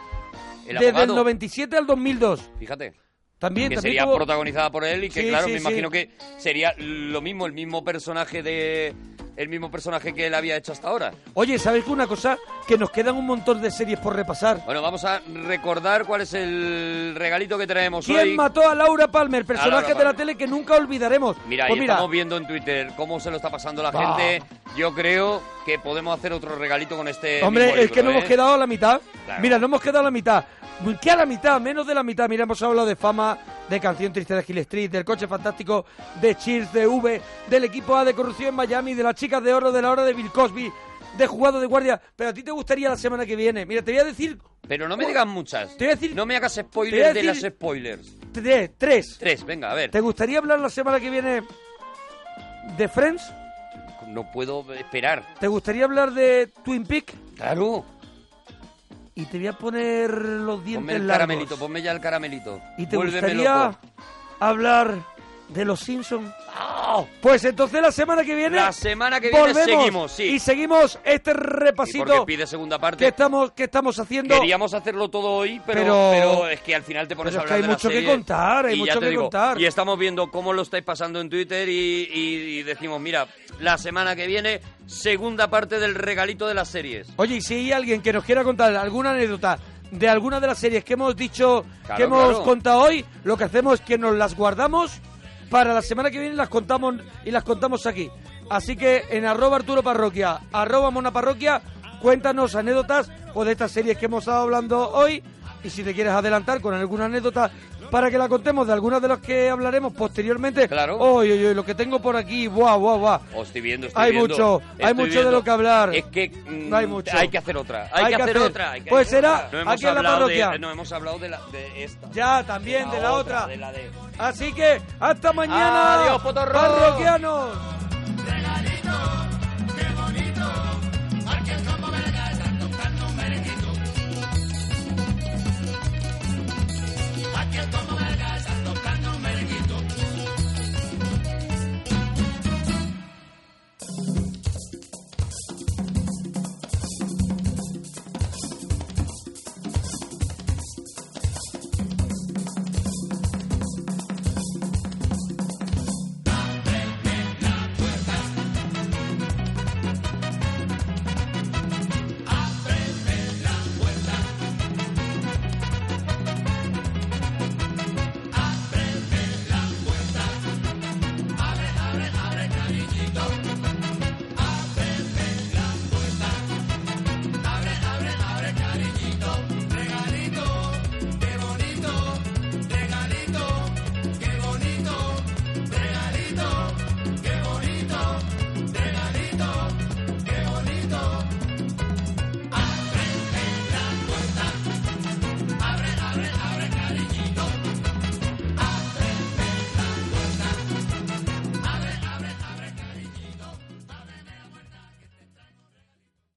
C: El
B: desde el
C: abogado,
B: 97 al 2002.
C: Fíjate.
B: También,
C: que
B: también
C: sería
B: tuvo-
C: protagonizada por él y que
B: Sí,
C: claro
B: sí,
C: me
B: sí.
C: imagino que sería lo mismo el mismo personaje de el mismo personaje que él había hecho hasta ahora
B: Oye, ¿sabéis que una cosa? Que nos quedan un montón de series por repasar.
C: bueno vamos a recordar cuál es el regalito que traemos
B: ¿Quién
C: hoy
B: mató a Laura Palmer? Personaje de la
C: Palmer.
B: tele que nunca olvidaremos.
C: mira
B: Pues
C: y estamos viendo en Twitter cómo se lo está pasando la
B: Bah.
C: gente yo creo que podemos hacer otro regalito con este
B: Hombre,
C: mismo
B: es que
C: libro,
B: no hemos
C: ¿eh?
B: quedado a la mitad.
C: Claro.
B: Mira, no hemos quedado a la mitad. ¿Qué a la mitad? Menos de la mitad. Mira, hemos hablado de fama, de canción triste de Gil Street, del coche fantástico, de Cheers, de V, del equipo A de corrupción en Miami, de las chicas de oro, de la hora de Bill Cosby, de jugado de guardia. Pero a ti te gustaría la semana que viene. Mira, te voy a decir
C: pero no me digas muchas
B: Te voy a decir-
C: no me hagas
B: te voy a
C: spoilers de las
B: decir-
C: spoilers
B: tres. tres.
C: tres venga a ver
B: ¿Te gustaría hablar la semana que viene de Friends?
C: no puedo esperar
B: ¿Te gustaría hablar de Twin Peaks?
C: claro
B: Y te voy a poner los
C: ponme
B: dientes
C: el
B: largos.
C: caramelito ponme ya el caramelito
B: ¿Y te
C: Vuélveme
B: gustaría
C: loco.
B: hablar de los Simpsons?
C: ¡Ah!
B: Pues entonces la semana que viene.
C: La semana que viene
B: volvemos
C: seguimos, sí.
B: Y seguimos este
C: Y porque
B: repasito
C: pide segunda
B: que
C: parte.
B: estamos, que estamos haciendo.
C: Queríamos hacerlo todo hoy, pero,
B: Pero-
C: pero... es que al final te pones
B: pero
C: a
B: es que
C: hablar
B: hay
C: de la
B: mucho que
C: serie
B: contar, hay
C: y ya
B: mucho
C: te
B: que
C: digo,
B: contar.
C: Y estamos viendo cómo lo estáis pasando en Twitter y, y- y decimos, mira, la semana que viene, segunda parte del regalito de las series.
B: Oye, y si hay alguien que nos quiera contar alguna anécdota de alguna de las series que hemos dicho,
C: Claro,
B: que hemos
C: claro.
B: contado hoy, lo que hacemos es que nos las guardamos para la semana que viene las contamos y las contamos aquí. Así que en arroba Arturo Parroquia, arroba Mona Parroquia, cuéntanos anécdotas o de estas series que hemos estado hablando hoy. Y si te quieres adelantar con alguna anécdota para que la contemos de algunas de las que hablaremos posteriormente.
C: Claro.
B: Oye, oye, lo que tengo por aquí, guau, guau, guau.
C: Os estoy viendo, estoy
B: Hay
C: viendo,
B: mucho,
C: estoy
B: hay mucho de
C: viendo.
B: lo que hablar.
C: Es que mm,
B: No hay mucho.
C: hay que hacer otra, hay, que, hacer, otra. hay que
B: Pues
C: hacer
B: será
C: otra. No hemos
B: aquí en la
C: hablado de-
B: parroquia.
C: no hemos hablado de, la, de esta.
B: Ya, también de la otra.
C: de la de...
B: Así que, hasta mañana.
C: Adiós, potorro.
B: parroquianos.